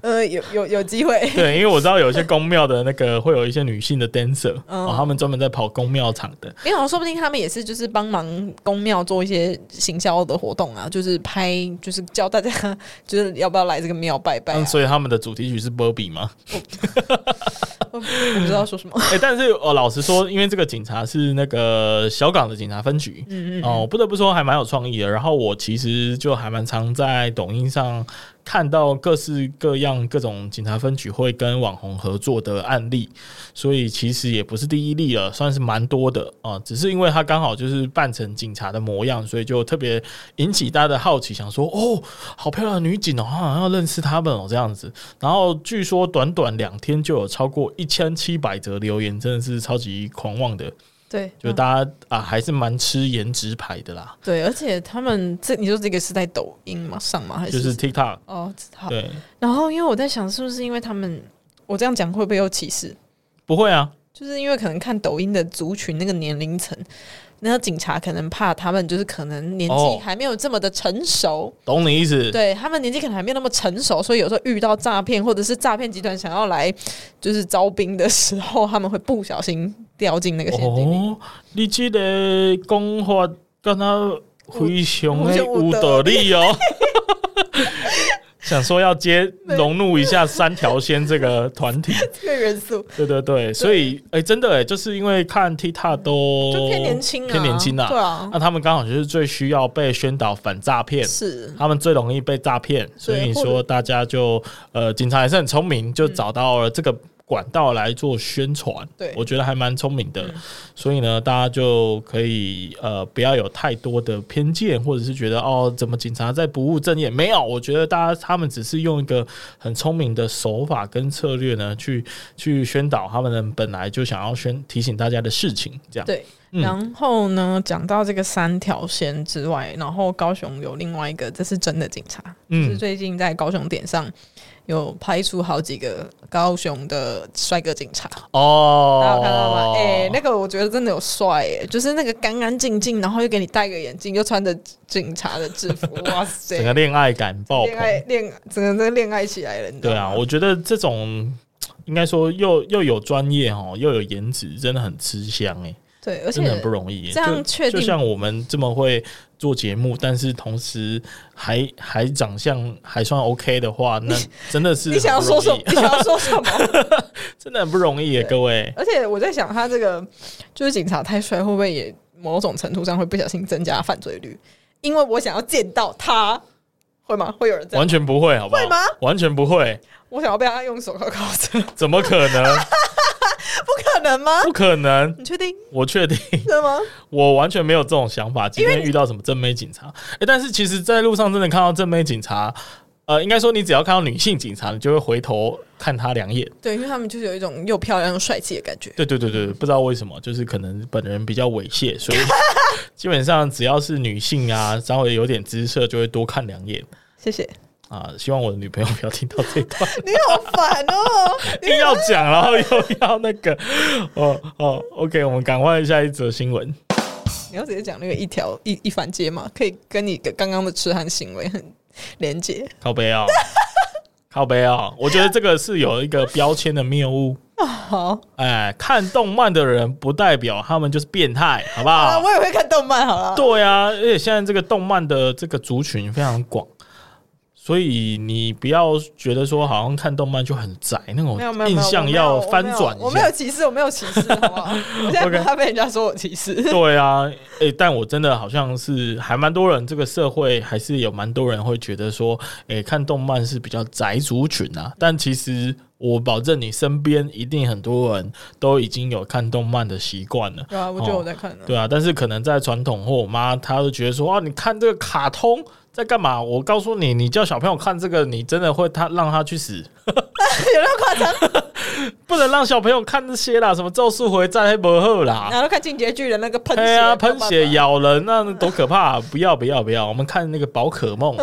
呃，有有有机会， 对，因为我知道有一些宫庙的那个会有一些女性的 dancer，嗯哦，他们专门在跑宫庙场的，没有，说不定他们也是就是帮忙公庙做一些行销的活动啊，就是拍，就是教大家就是要不要来这个庙拜拜、啊嗯，。所以他们的主题曲是 Bobby 吗？我我不知道说什么。哎、但是我老实说，因为这个警察是那个小港的警察分局，嗯嗯，哦，我不得不说还蛮有创意的。然后我其实就还蛮常在抖音上看到各式各样各种警察分局会跟网红合作的案例，所以其实也不是第一例了，算是蛮多的啊、只是因为他刚好就是扮成警察的模样，所以就特别引起大家的好奇，想说哦，好漂亮的女警哦，好像要认识他们哦这样子。然后据说短短两天就有超过一千七百则留言，真的是超级狂妄的。对， 就嗯大家、啊，还是蛮吃颜值牌的啦，对，而且他们这你说这个是在抖音嘛上吗？还就是 TikTok。哦好。对，然后因为我在想，是不是因为他们我这样讲会不会有歧视？不会啊，就是因为可能看抖音的族群那个年龄层，那警察可能怕他们就是可能年纪哦还没有这么的成熟，懂你意思。对他们年纪可能还没有那么成熟，所以有时候遇到诈骗或者是诈骗集团想要来就是招兵的时候，他们会不小心掉进那个陷阱里。哦，你这个讲话跟他非常的有有道哦理哦。 想说要接融入一下三条线这个团体，这个元素对对对，所以哎、真的哎、就是因为看 TikTok 都就偏年轻、啊，偏年轻对啊，啊，那他们刚好就是最需要被宣导反诈骗，是。他们最容易被诈骗，所以你或者说大家就呃，警察还是很聪明，就找到了这个管道来做宣传。对我觉得还蛮聪明的嗯。所以呢，大家就可以呃，不要有太多的偏见，或者是觉得哦，怎么警察在不务正业？没有，我觉得大家他们只是用一个很聪明的手法跟策略呢，去去宣导他们本来就想要宣提醒大家的事情，这样。对，啊嗯然后呢，讲到这个三条线之外，然后高雄有另外一个，这是真的警察，就是嗯，最近在高雄点上有拍出好几个高雄的帅哥警察。大家哦有，看到吗？哎、那个我觉得真的有帅哎、就是那个干干净净，然后又给你戴个眼镜，又穿着警察的 制服，哇塞整，个恋爱感爆恋棚。爱恋整个这个恋爱起来了，你知对道吗啊，我觉得这种应该说又又有专业哦，又有颜值，真的很吃香哎、对，而真的很且不容易、欸。这样就确定就像我们这么会做节目，但是同时还还长相还算 OK 的话，那真的是你想要很不容说易什么？？你想要说什么？ 真的很不容易耶、欸各位。而且我在想，他这个就是警察太帅，会不会也某种程度上会不小心增加犯罪率？因为我想要见到他，会吗？会有人这样？完全不会，好不好？会吗完全不会，我想要被他用手铐铐着，怎么可能？不可能吗？不可能！你确定？我确定，真的吗？我完全没有这种想法。今天遇到什么正妹警察？哎、但是其实，在路上真的看到正妹警察，呃，应该说你只要看到女性警察，你就会回头看她两眼。对，因为他们就是有一种又漂亮又帅气的感觉。对对对对，不知道为什么，就是可能本人比较猥亵， 所以基本上只要是女性啊，稍微有点姿色，就会多看两眼谢谢，啊。希望我的女朋友不要听到这一 段，你好烦哦！ 硬要讲，然后又要那个，哦哦，OK，我们赶快下一则新闻。你要直接讲那个一条一一反街嘛，可以跟你刚刚的痴汉行为很连接。靠背哦，靠背哦，我觉得这个是有一个标签的谬误。好哎，看动漫的人不代表他们就是变态，好不啊，好？我也会看动漫，好了。对啊，而且现在这个动漫的这个族群非常广，所以你不要觉得说好像看动漫就很宅那种没有没有没印有象要翻转我一没有下。歧视，我没有歧视，好不好？我现在 OK 怕被人家说我歧视。对啊，诶、但我真的好像是还蛮多人，这个社会还是有蛮多人会觉得说，诶、看动漫是比较宅族群啊。但其实我保证你身边一定很多人都已经有看动漫的习惯了。对啊，我觉得我在看呢。对啊，但是可能在传统或我妈，她会觉得说啊，你看这个卡通在干嘛？我告诉你，你叫小朋友看这个，你真的会他让他去死， 有那么夸张？ 不能让小朋友看这些啦，什么《咒术回战》黑不好啦，然后看《进击的巨人》那个喷哎血，呀，没有喷办血法咬人那多可怕！不要不要不要，我们看那个宝可 梦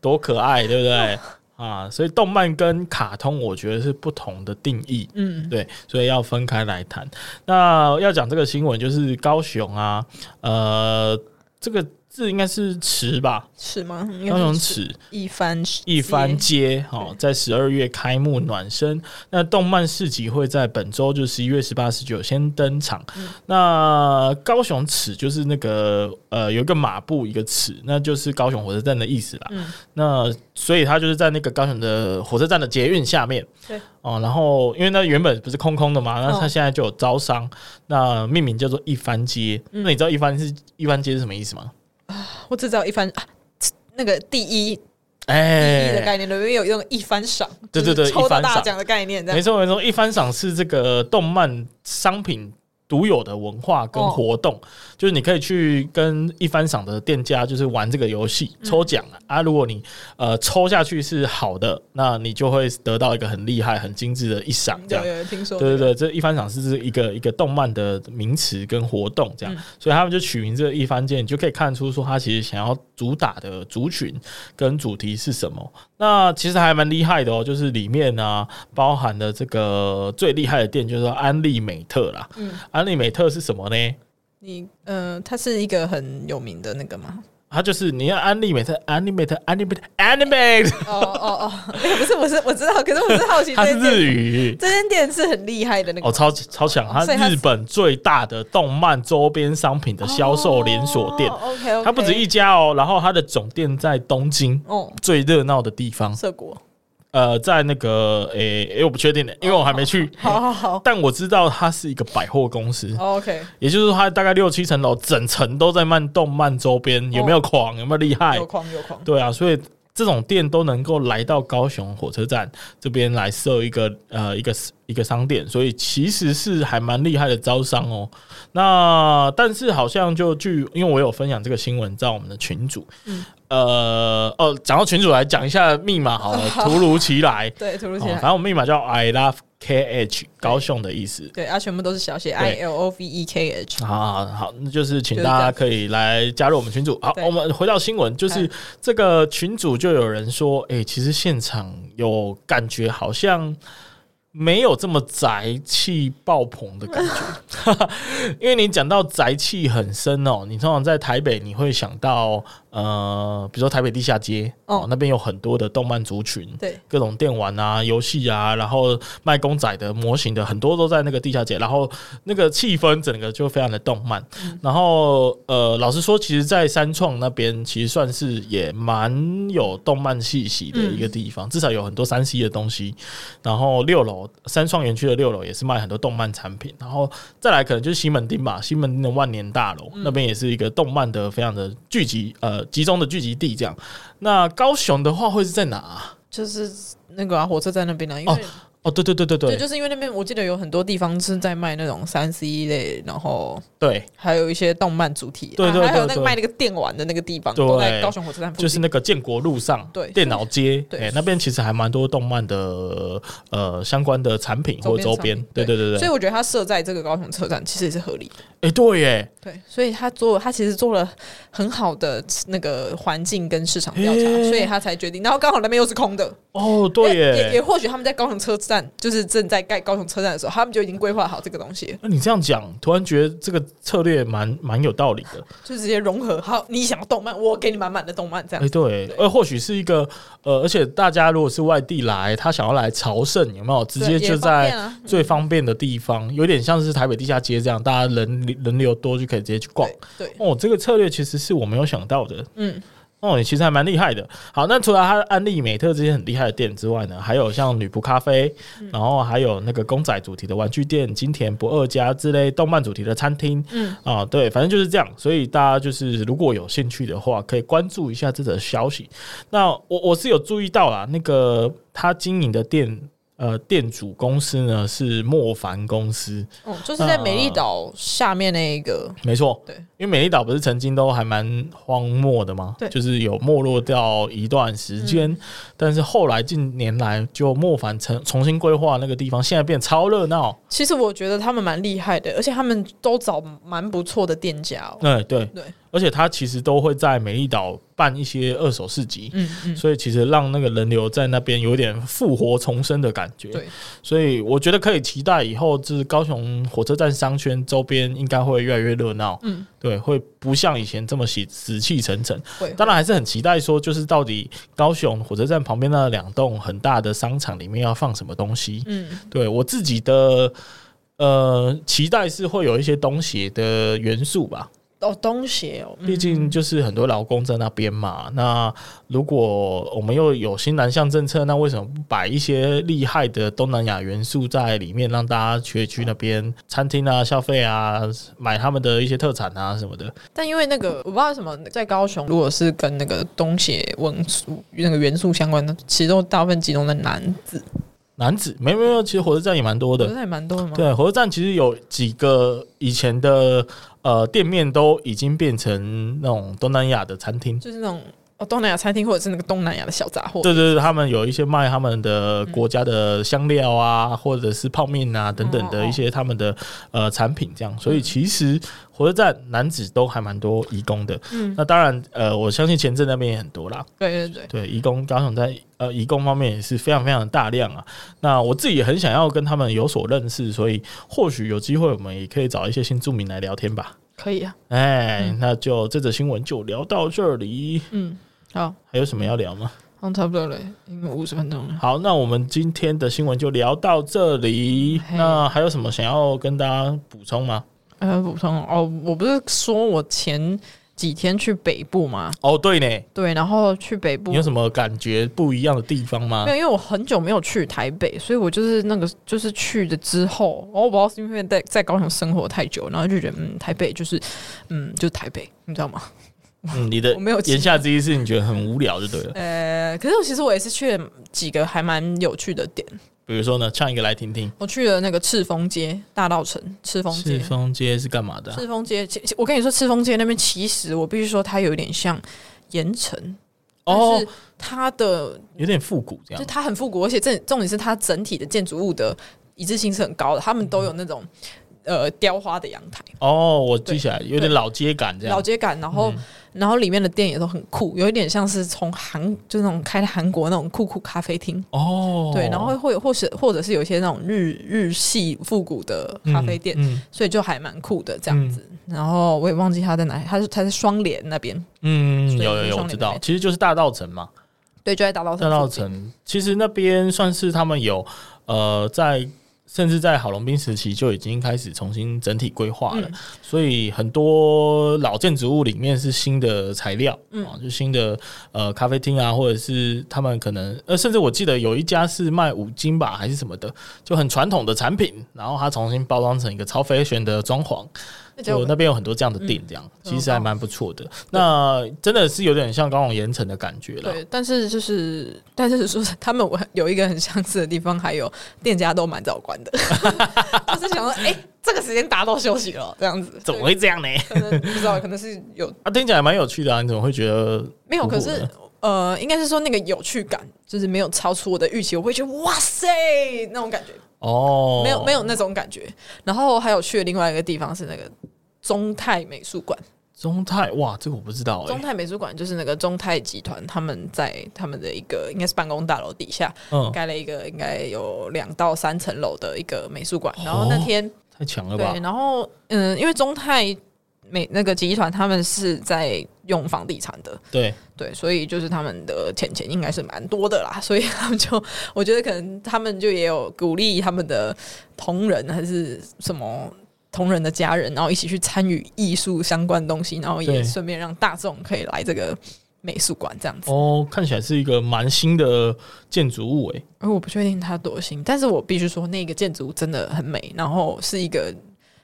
多可爱，对不对？哦啊，所以动漫跟卡通，我觉得是不同的定义。嗯，对，所以要分开来谈。那要讲这个新闻，就是高雄啊，呃，这个字应该是池吧，是吗？应该高雄是池一番一番街街，好、在十二月开幕暖身。那动漫市集会在本周就十一月十八、十九先登场。嗯那高雄尺就是那个呃，有一个马步一个尺，那就是高雄火车站的意思啦。嗯那所以它就是在那个高雄的火车站的捷运下面。对哦，然后因为那原本不是空空的嘛，那它嗯现在就有招商，那命名叫做一番街。嗯那你知道一番是一番街是什么意思吗？我只知道一番啊，那个第一第一的哎、概念，因为有用一番赏，对对对就是抽到一番赏大奖的概念，这没样错没错，一番赏是这个动漫商品独有的文化跟活动，就是你可以去跟一番赏的店家就是玩这个游戏抽奖啊啊，如果你呃抽下去是好的，那你就会得到一个很厉害、很精致的一赏这样有。有有听说，对对对，这一番赏是一个一个动漫的名词跟活动这样，嗯所以他们就取名这个一番界，你就可以看出说他其实想要主打的族群跟主题是什么。那其实还蛮厉害的哦，就是里面呢、包含了这个最厉害的店就是说安利美特啦，嗯安利美特是什么呢？你呃，它是一个很有名的那个吗？它就是你要安利美特，安利美特，安利美特，animate， 哦哦哦，哎 不是不是，我知道，可是我是好奇，它这是间日店语。这间店是很厉害的那个哦，超级超强！它所以它是日本最大的动漫周边商品的销售连锁店， ，OK OK，它不止一家哦，然后它的总店在东京哦，最热闹的地方，涩谷，呃，在那个诶诶、我不确定哦的，因为我还没去，好好好但我知道它是一个百货公司， ，OK，也就是说它大概六七层楼，整层都在卖动漫周边，有没有狂？有没有厉害哦有？框有框，对啊，所以。这种店都能够来到高雄火车站这边来设一个呃一个一个商店，所以其实是还蛮厉害的招商哦。那但是好像就据因为我有分享这个新闻在我们的群组，嗯呃哦，讲到群主来讲一下密码好了，突如其来， 对，突如哦其反来。正我密码叫 I love KH 高雄的意思。对啊，全部都是小写 I L O V E K H。好好好，那就是请大家可以来加入我们群组。好，对我们回到新闻，就是哎这个群组就有人说，哎、其实现场有感觉好像没有这么宅气爆棚的感觉， 因为你讲到宅气很深哦，你通常在台北你会想到呃，比如说台北地下街哦哦那边有很多的动漫族群，对，各种电玩啊、游戏啊，然后卖公仔的模型的，很多都在那个地下街，然后那个气氛整个就非常的动漫。然后呃，老实说，其实，在三创那边其实算是也蛮有动漫气息的一个地方，至少有很多三 C 的东西。然后六楼三创园区的六楼也是卖很多动漫产品，然后再来可能就是西门町吧，西门町的万年大楼、那边也是一个动漫的非常的聚集呃集中的聚集地这样。那高雄的话会是在哪啊、就是那个啊，火车站那边啊，因为、哦哦，对对对对对，对就是因为那边我记得有很多地方是在卖那种三 C 类，然后对，还有一些动漫主题，对对啊还对有那对个卖那个电玩的那个地方，对都在高雄火车站附近，就是那个建国路上，对电脑街，对哎，那边其实还蛮多动漫的呃相关的产品或者周周边边商品，对对对所对以，我觉得它设在这个高雄车站其实也是合理的。哎，对耶，对，所以他做他其实做了很好的那个环境跟市场调查，诶所以他才决定。然后刚好那边又是空的，哦，对也也也耶。或许他们在高雄车站就是正在盖高雄车站的时候，他们就已经规划好这个东西了，那你这样讲，突然觉得这个策略蛮蛮有道理的。就直接融合。好，你想要动漫，我给你满满的动漫 这哎、样。对，呃，或许是一个呃，而且大家如果是外地来，他想要来朝圣，有没有直对接也就方在便啊最方便的地方，有点像是台北地下街这样，大家人人流多就可以直接去逛对。对，哦，这个策略其实是我没有想到的。嗯，哦，也其实还蛮厉害的。好，那除了它安利美特这些很厉害的店之外呢，还有像女仆咖啡，嗯然后还有那个公仔主题的玩具店、金田不二家之类动漫主题的餐厅。嗯，啊，对，反正就是这样。所以大家就是如果有兴趣的话，可以关注一下这则消息。那我我是有注意到啦，那个他经营的店。呃，店主公司呢是莫凡公司，哦，就是啊在美丽岛下面那一个，没错，对，因为美丽岛不是曾经都还蛮荒漠的吗？对嗯就是有没落掉一段时间，但是后来近年来就莫凡重重新规划那个地方，现在变超热闹。其实我觉得他们蛮厉害的，而且他们都找蛮不错的店家哦。哎对对对，而且它其实都会在美丽岛办一些二手市集，嗯嗯，所以其实让那个人流在那边有点复活重生的感觉。对，所以我觉得可以期待以后，就是高雄火车站商圈周边应该会越来越热闹。嗯，对，会不像以前这么死死气沉沉。会当然还是很期待说，就是到底高雄火车站旁边那两栋很大的商场里面要放什么东西。嗯对我自己的呃期待是会有一些东西的元素吧。哦，东协哦，嗯毕竟就是很多劳工在那边嘛。那如果我们又有新南向政策，那为什么不摆一些厉害的东南亚元素在里面，让大家去去那边餐厅啊、消费啊、买他们的一些特产啊什么的？但因为那个我不知道为什么，在高雄如果是跟那个东协文素那个元素相关的，其实都大部分集中在南子，男子没有没有，其实火车站也蛮多不的是。还蛮多的吗？对，火车站其实有几个以前的呃店面都已经变成那种东南亚的餐厅。就是那种哦东南亚餐厅或者是那个东南亚的小杂货。对对对，他们有一些卖他们的国家的香料啊，或者是泡面啊等等嗯哦哦嗯的哦一些他们的呃产品，这样。所以其实火车站男子都还蛮多移工的。嗯，那当然，呃，我相信前镇那边也很多啦。对对对，对，移工高雄在呃移工方面也是非常非常的大量啊。那我自己也很想要跟他们有所认识，所以或许有机会我们也可以找一些新住民来聊天吧。可以啊。哎，那就这则新闻就聊到这里，嗯，好，还有什么要聊吗？好像差不多了，因为五十分钟了。好，那我们今天的新闻就聊到这里。嘿那还有什么想要跟大家补充吗？呃，补充哦，我不是说我前几天去北部嘛，哦，对呢，对，然后去北部你有什么感觉不一样的地方吗没？有，因为我很久没有去台北，所以我就是那个就是去了之后，然后我不知道是因为在在高雄生活太久，然后就觉得嗯，台北就是嗯，就是台北，你知道吗？嗯，你的 我没有期言下之意是你觉得很无聊就对了。呃，可是我其实我也是去了几个还蛮有趣的点，比如说呢，唱一个来听听。我去了那个赤峰街大道城，赤峰赤街。峰街是干嘛的啊、赤峰街，其其我跟你说，赤峰街那边其实我必须说，它有点像盐城，但哦是，它的有点复古这就样。它很复古，而且这重点是它整体的建筑物的一致性是很高的，他们都有那种、嗯呃雕花的阳台，哦，我记起来，有点老街感这老样。嗯街感，然后、然后里面的店也都很酷，有一点像是从韩就是那种开的韩国那种酷酷咖啡厅。哦，对，然后会有或是或者是有一些那种日日系复古的咖啡店，嗯所以就还蛮酷的这样子。然后我也忘记它在哪里，它是它在双联那边，嗯，嗯所以有有有，双我知联那道，边其实就是大道城嘛。对，就在大稻城大道附近城，其实那边算是他们有呃，在甚至在郝龙斌时期就已经开始重新整体规划了，嗯所以很多老建筑物里面是新的材料，嗯啊，就新的呃咖啡厅啊，或者是他们可能呃，甚至我记得有一家是卖五金吧，还是什么的，就很传统的产品，然后它重新包装成一个超 fashion 的装潢，那家就我那边有很多这样的店，这样、嗯其实还蛮不错的。那真的是有点像高雄盐城的感觉了，对，但是就是，但是说是他们我有一个很相似的地方，还有店家都蛮早关的， 就是想说，哎、这个时间大家都休息了，这样子，怎么会这样呢？可能不知道，可能是有啊，听起来蛮有趣的啊！你怎么会觉得没有？酷酷可的是呃，应该是说那个有趣感，就是没有超出我的预期，我会觉得哇塞那种感觉，哦，没有没有那种感觉。然后还有去的另外一个地方是那个中泰美术馆，哎中泰哇，这个我不知道哎、中泰美术馆就是那个中泰集团他们在他们的一个应该是办公大楼底下，嗯，盖了一个应该有两到三层楼的一个美术馆。哦然后那天、太强了吧对，？然后嗯，因为中泰美那个集团他们是在用房地产的，对，对，所以就是他们的钱钱应该是蛮多的啦，所以他们就我觉得可能他们就也有鼓励他们的同仁还是什么。同仁的家人，然后一起去参与艺术相关东西，然后也对顺便让大众可以来这个美术馆这样子。哦，看起来是一个蛮新的建筑物哎、而我不确定它多新，但是我必须说，那个建筑物真的很美，然后是一个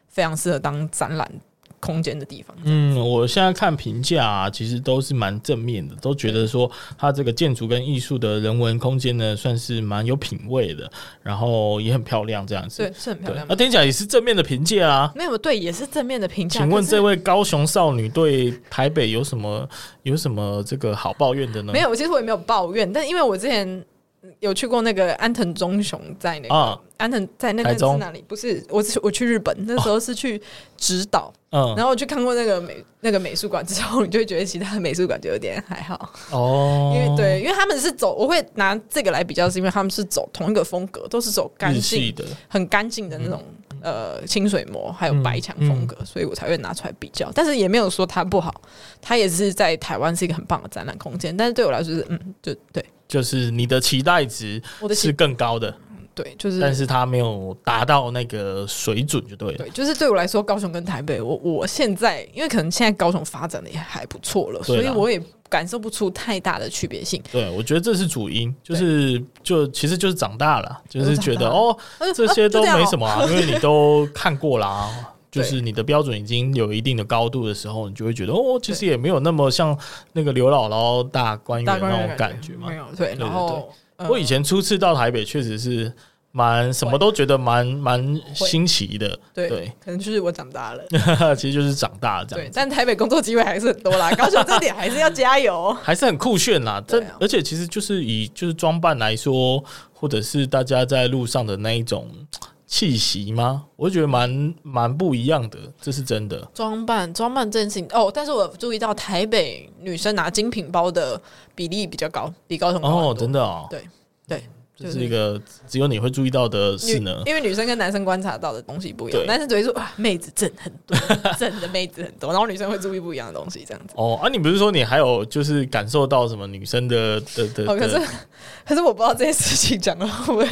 非常适合当展览空间的地方。嗯，我现在看评价、啊，其实都是蛮正面的，都觉得说它这个建筑跟艺术的人文空间呢，算是蛮有品味的，然后也很漂亮这样子对，。是很漂对，啊亮那、。听起来也是正面的评价啊。没有对，也是正面的评价。请问可是这位高雄少女对台北有什么有什么这个好抱怨的呢？没有？其实我也没有抱怨，但因为我之前有去过那个安藤忠雄在那个、啊安藤在那个台是中哪里？不是，我是我去日本那时候是去直岛，嗯，然后我去看过那个美那个美术馆之后，你就会觉得其他的美术馆就有点还好，哦，因为对，因为他们是走，我会拿这个来比较，是因为他们是走同一个风格，都是走干日系净、的，嗯很干净的那种、呃清水模还有白墙风格，所以我才会拿出来比较。但是也没有说它不好，它也是在台湾是一个很棒的展览空间，但是对我来说、就是嗯，就对就是你的期待值我的是心更高的，对就是但是它没有达到那个水准就对了。对，就是对我来说，高雄跟台北，我我现在因为可能现在高雄发展的也还不错了，对所啦以我也感受不出太大的区别性。对，我觉得这是主因，就是就其实就是长大了，就是觉得长大了 哦，呃这些都没什。啊就样哦么、啊，因为你都看过 啦。就对是你的标准已经有一定的高度的时候，你就会觉得哦，其实也没有那么像那个刘姥姥大观园大观那园种感觉嘛没。有对对，然对后呃我以前初次到台北，确实是蛮什么都觉得蛮蛮新奇的，对，可能就是我长大了， 其实就是长大这对样，，但台北工作机会还是很多 啦，高雄这点还是要加油。还是很酷炫啦。这、对啊而且其实就是以就是装扮来说，或者是大家在路上的那一种气息吗？我觉得蛮蛮不一样的，这是真的。装扮装扮这件事情哦，但是我注意到台北女生拿精品包的比例比较高，比高雄高很多哦，真的哦，对对，这是一个只有你会注意到的事呢。因为女生跟男生观察到的东西不一样对，男生只会说哇，妹子正很多， 正的妹子很多，然后女生会注意不一样的东西，这样子。哦啊，你不是说你还有就是感受到什么女生的的的？哦，可是的可是我不知道这件事情讲了会不会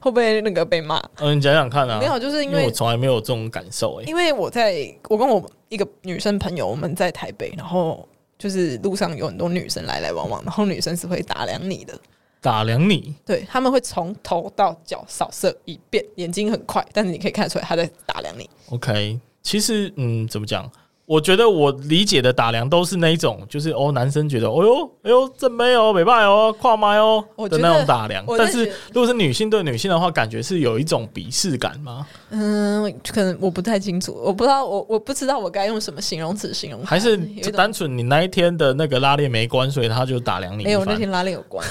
会不会那个被骂。嗯，你讲讲看啊。没有，就是因因为为我从来没有这种感受哎、因为我在我跟我一个女生朋友，我们在台北，然后就是路上有很多女生来来往往，然后女生是会打量你的，打量你对，他们会从头到脚扫射一遍，眼睛很快，但是你可以看得出来她在打量你。 ，OK？其实嗯，怎么讲？我觉得我理解的打量都是那一种，就是哦，男生觉得哦呦，哎呦，正妹哦，美拜哦，跨麦哦我的觉得那种打量。我在但是觉得如果是女性对女性的话，感觉是有一种鄙视感吗？嗯，可能我不太清楚，我不知道，我我不知道我该用什么形容词形容它，还是 有一种单纯你那一天的那个拉链没关，所以他就打量你一没有番那天拉链有关，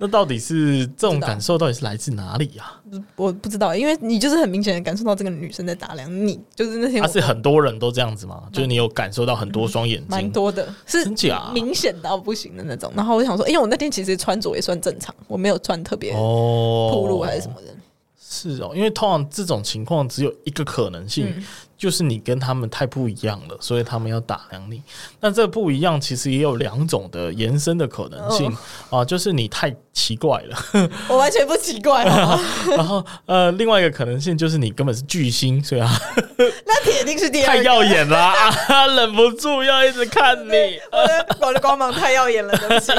那到底是这种不知道感受到底是来自哪里啊？我不知道，因为你就是很明显的感受到这个女生在打量你，就是那天他、我啊是很多人都这样子吗？就是你有感受到很多双眼蛮睛，多的，是真假明显到不行的那种。然后我想说，因为我那天其实穿着也算正常，我没有穿特别哦，暴露还是什？么的，是哦，因为通常这种情况只有一个可能性，嗯就是你跟他们太不一样了，所以他们要打量你。那这不一样其实也有两种的延伸的可能性、哦啊，就是你太奇怪了， 我完全不奇怪哦。然后呃，另外一个可能性就是你根本是巨星，所以 啊那铁定是第太二个，耀眼了、啊，忍不住要一直看 你。我的我的光芒太耀眼了，对 不起，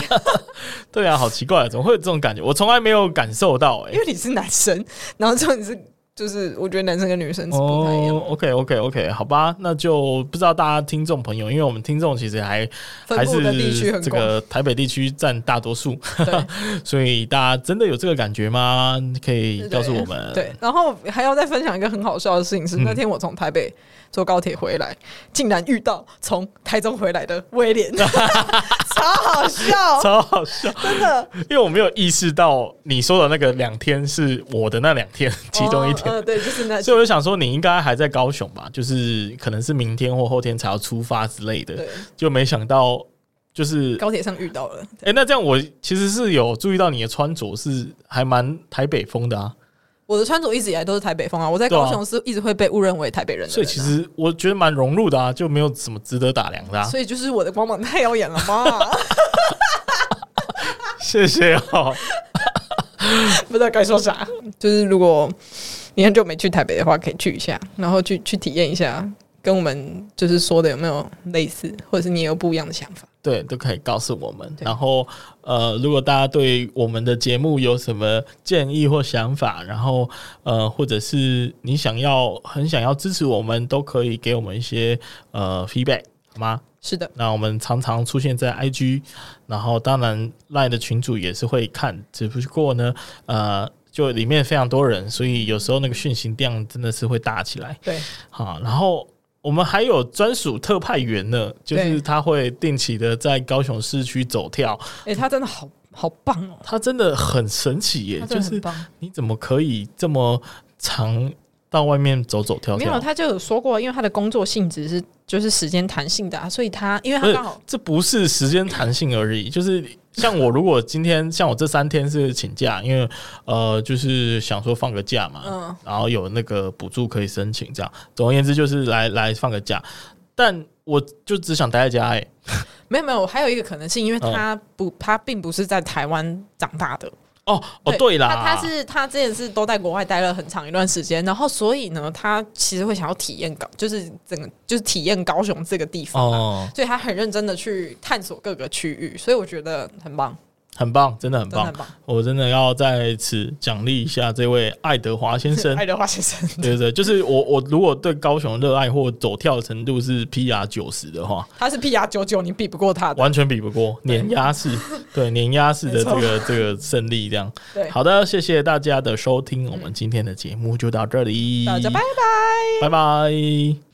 对啊，好奇怪、啊，怎么会有这种感觉？我从来没有感受到哎、因为你是男生，然后之后你是就是，我觉得男生跟女生是不太一样，哦，OK OK OK，好吧，那就不知道大家听众朋友，因为我们听众其实还还分布是的地区很这广，个台北地区占大多数，对。 所以大家真的有这个感觉吗？可以告诉我们。对，然后还要再分享一个很好笑的事情是，嗯那天我从台北坐高铁回来，竟然遇到从台中回来的威廉，超好笑， 超好笑，真的。因为我没有意识到你说的那个两天是我的那两天其中一天，哦呃，对，就是那，所以我就想说你应该还在高雄吧，就是可能是明天或后天才要出发之类的对，，就没想到就是高铁上遇到了，哎、那这样我其实是有注意到你的穿着是还蛮台北风的啊，我的穿着一直以来都是台北风啊，我在对啊高雄是一直会被误认为台北人的人啊所以其。实我觉得蛮融入的啊，就没有什么值得打量的、啊。所以就是我的光芒太耀眼了嘛， 谢谢哦， 不知道该说啥。就是如果你很久没去台北的话，可以去一下，然后去去体验一下，跟我们就是说的有没有类似，或者是你有不一样的想法。对，都可以告诉我们。对然后呃，如果大家对我们的节目有什么建议或想法，然后呃，或者是你想要很想要支持我们，都可以给我们一些呃 feedback 好吗？是的，那我们常常出现在 IG，然后当然 LINE 的群主也是会看，只不过呢，呃，就里面非常多人，所以有时候那个讯息量真的是会大起来。对，好，然后我们还有专属特派员呢，就是对他会定期的在高雄市区走跳，哎、他真的好好棒哦！它真的很神奇耶，他真就的很是棒，你怎么可以这么常到外面走走跳没有跳？他就有说过，因为他的工作性质是就是时间弹性的、啊，所以他因为不他是刚好，这不是时间弹性而已，就是像我如果今天像我这三天是请假，因为呃就是想说放个假嘛，嗯，然后有那个补助可以申请，这样总而言之就是来来放个假，但我就只想待在家哎、没有没有，还有一个可能性，因为嗯他不、他并不是在台湾长大的，哦哦对对啦，他他是他之前是都在国外待了很长一段时间，然后所以呢，他其实会想要体验高，就是整个就是体验高雄这个地方、啊，哦，所以他很认真的去探索各个区域，所以我觉得很棒，很棒，真的很真棒的很，棒。我真的要在此奖励一下这位爱德华先生。 爱德华先生，对对对，就是我我如果对高雄热爱或走跳程度是 PR 九十的话，他是 PR 九九，你比不过他的。完全比不过碾压 式，对碾压式的这个这个胜利 这样。对，好的，谢谢大嗯家的收听，我们今天的节目就到这里，大家拜拜。拜拜。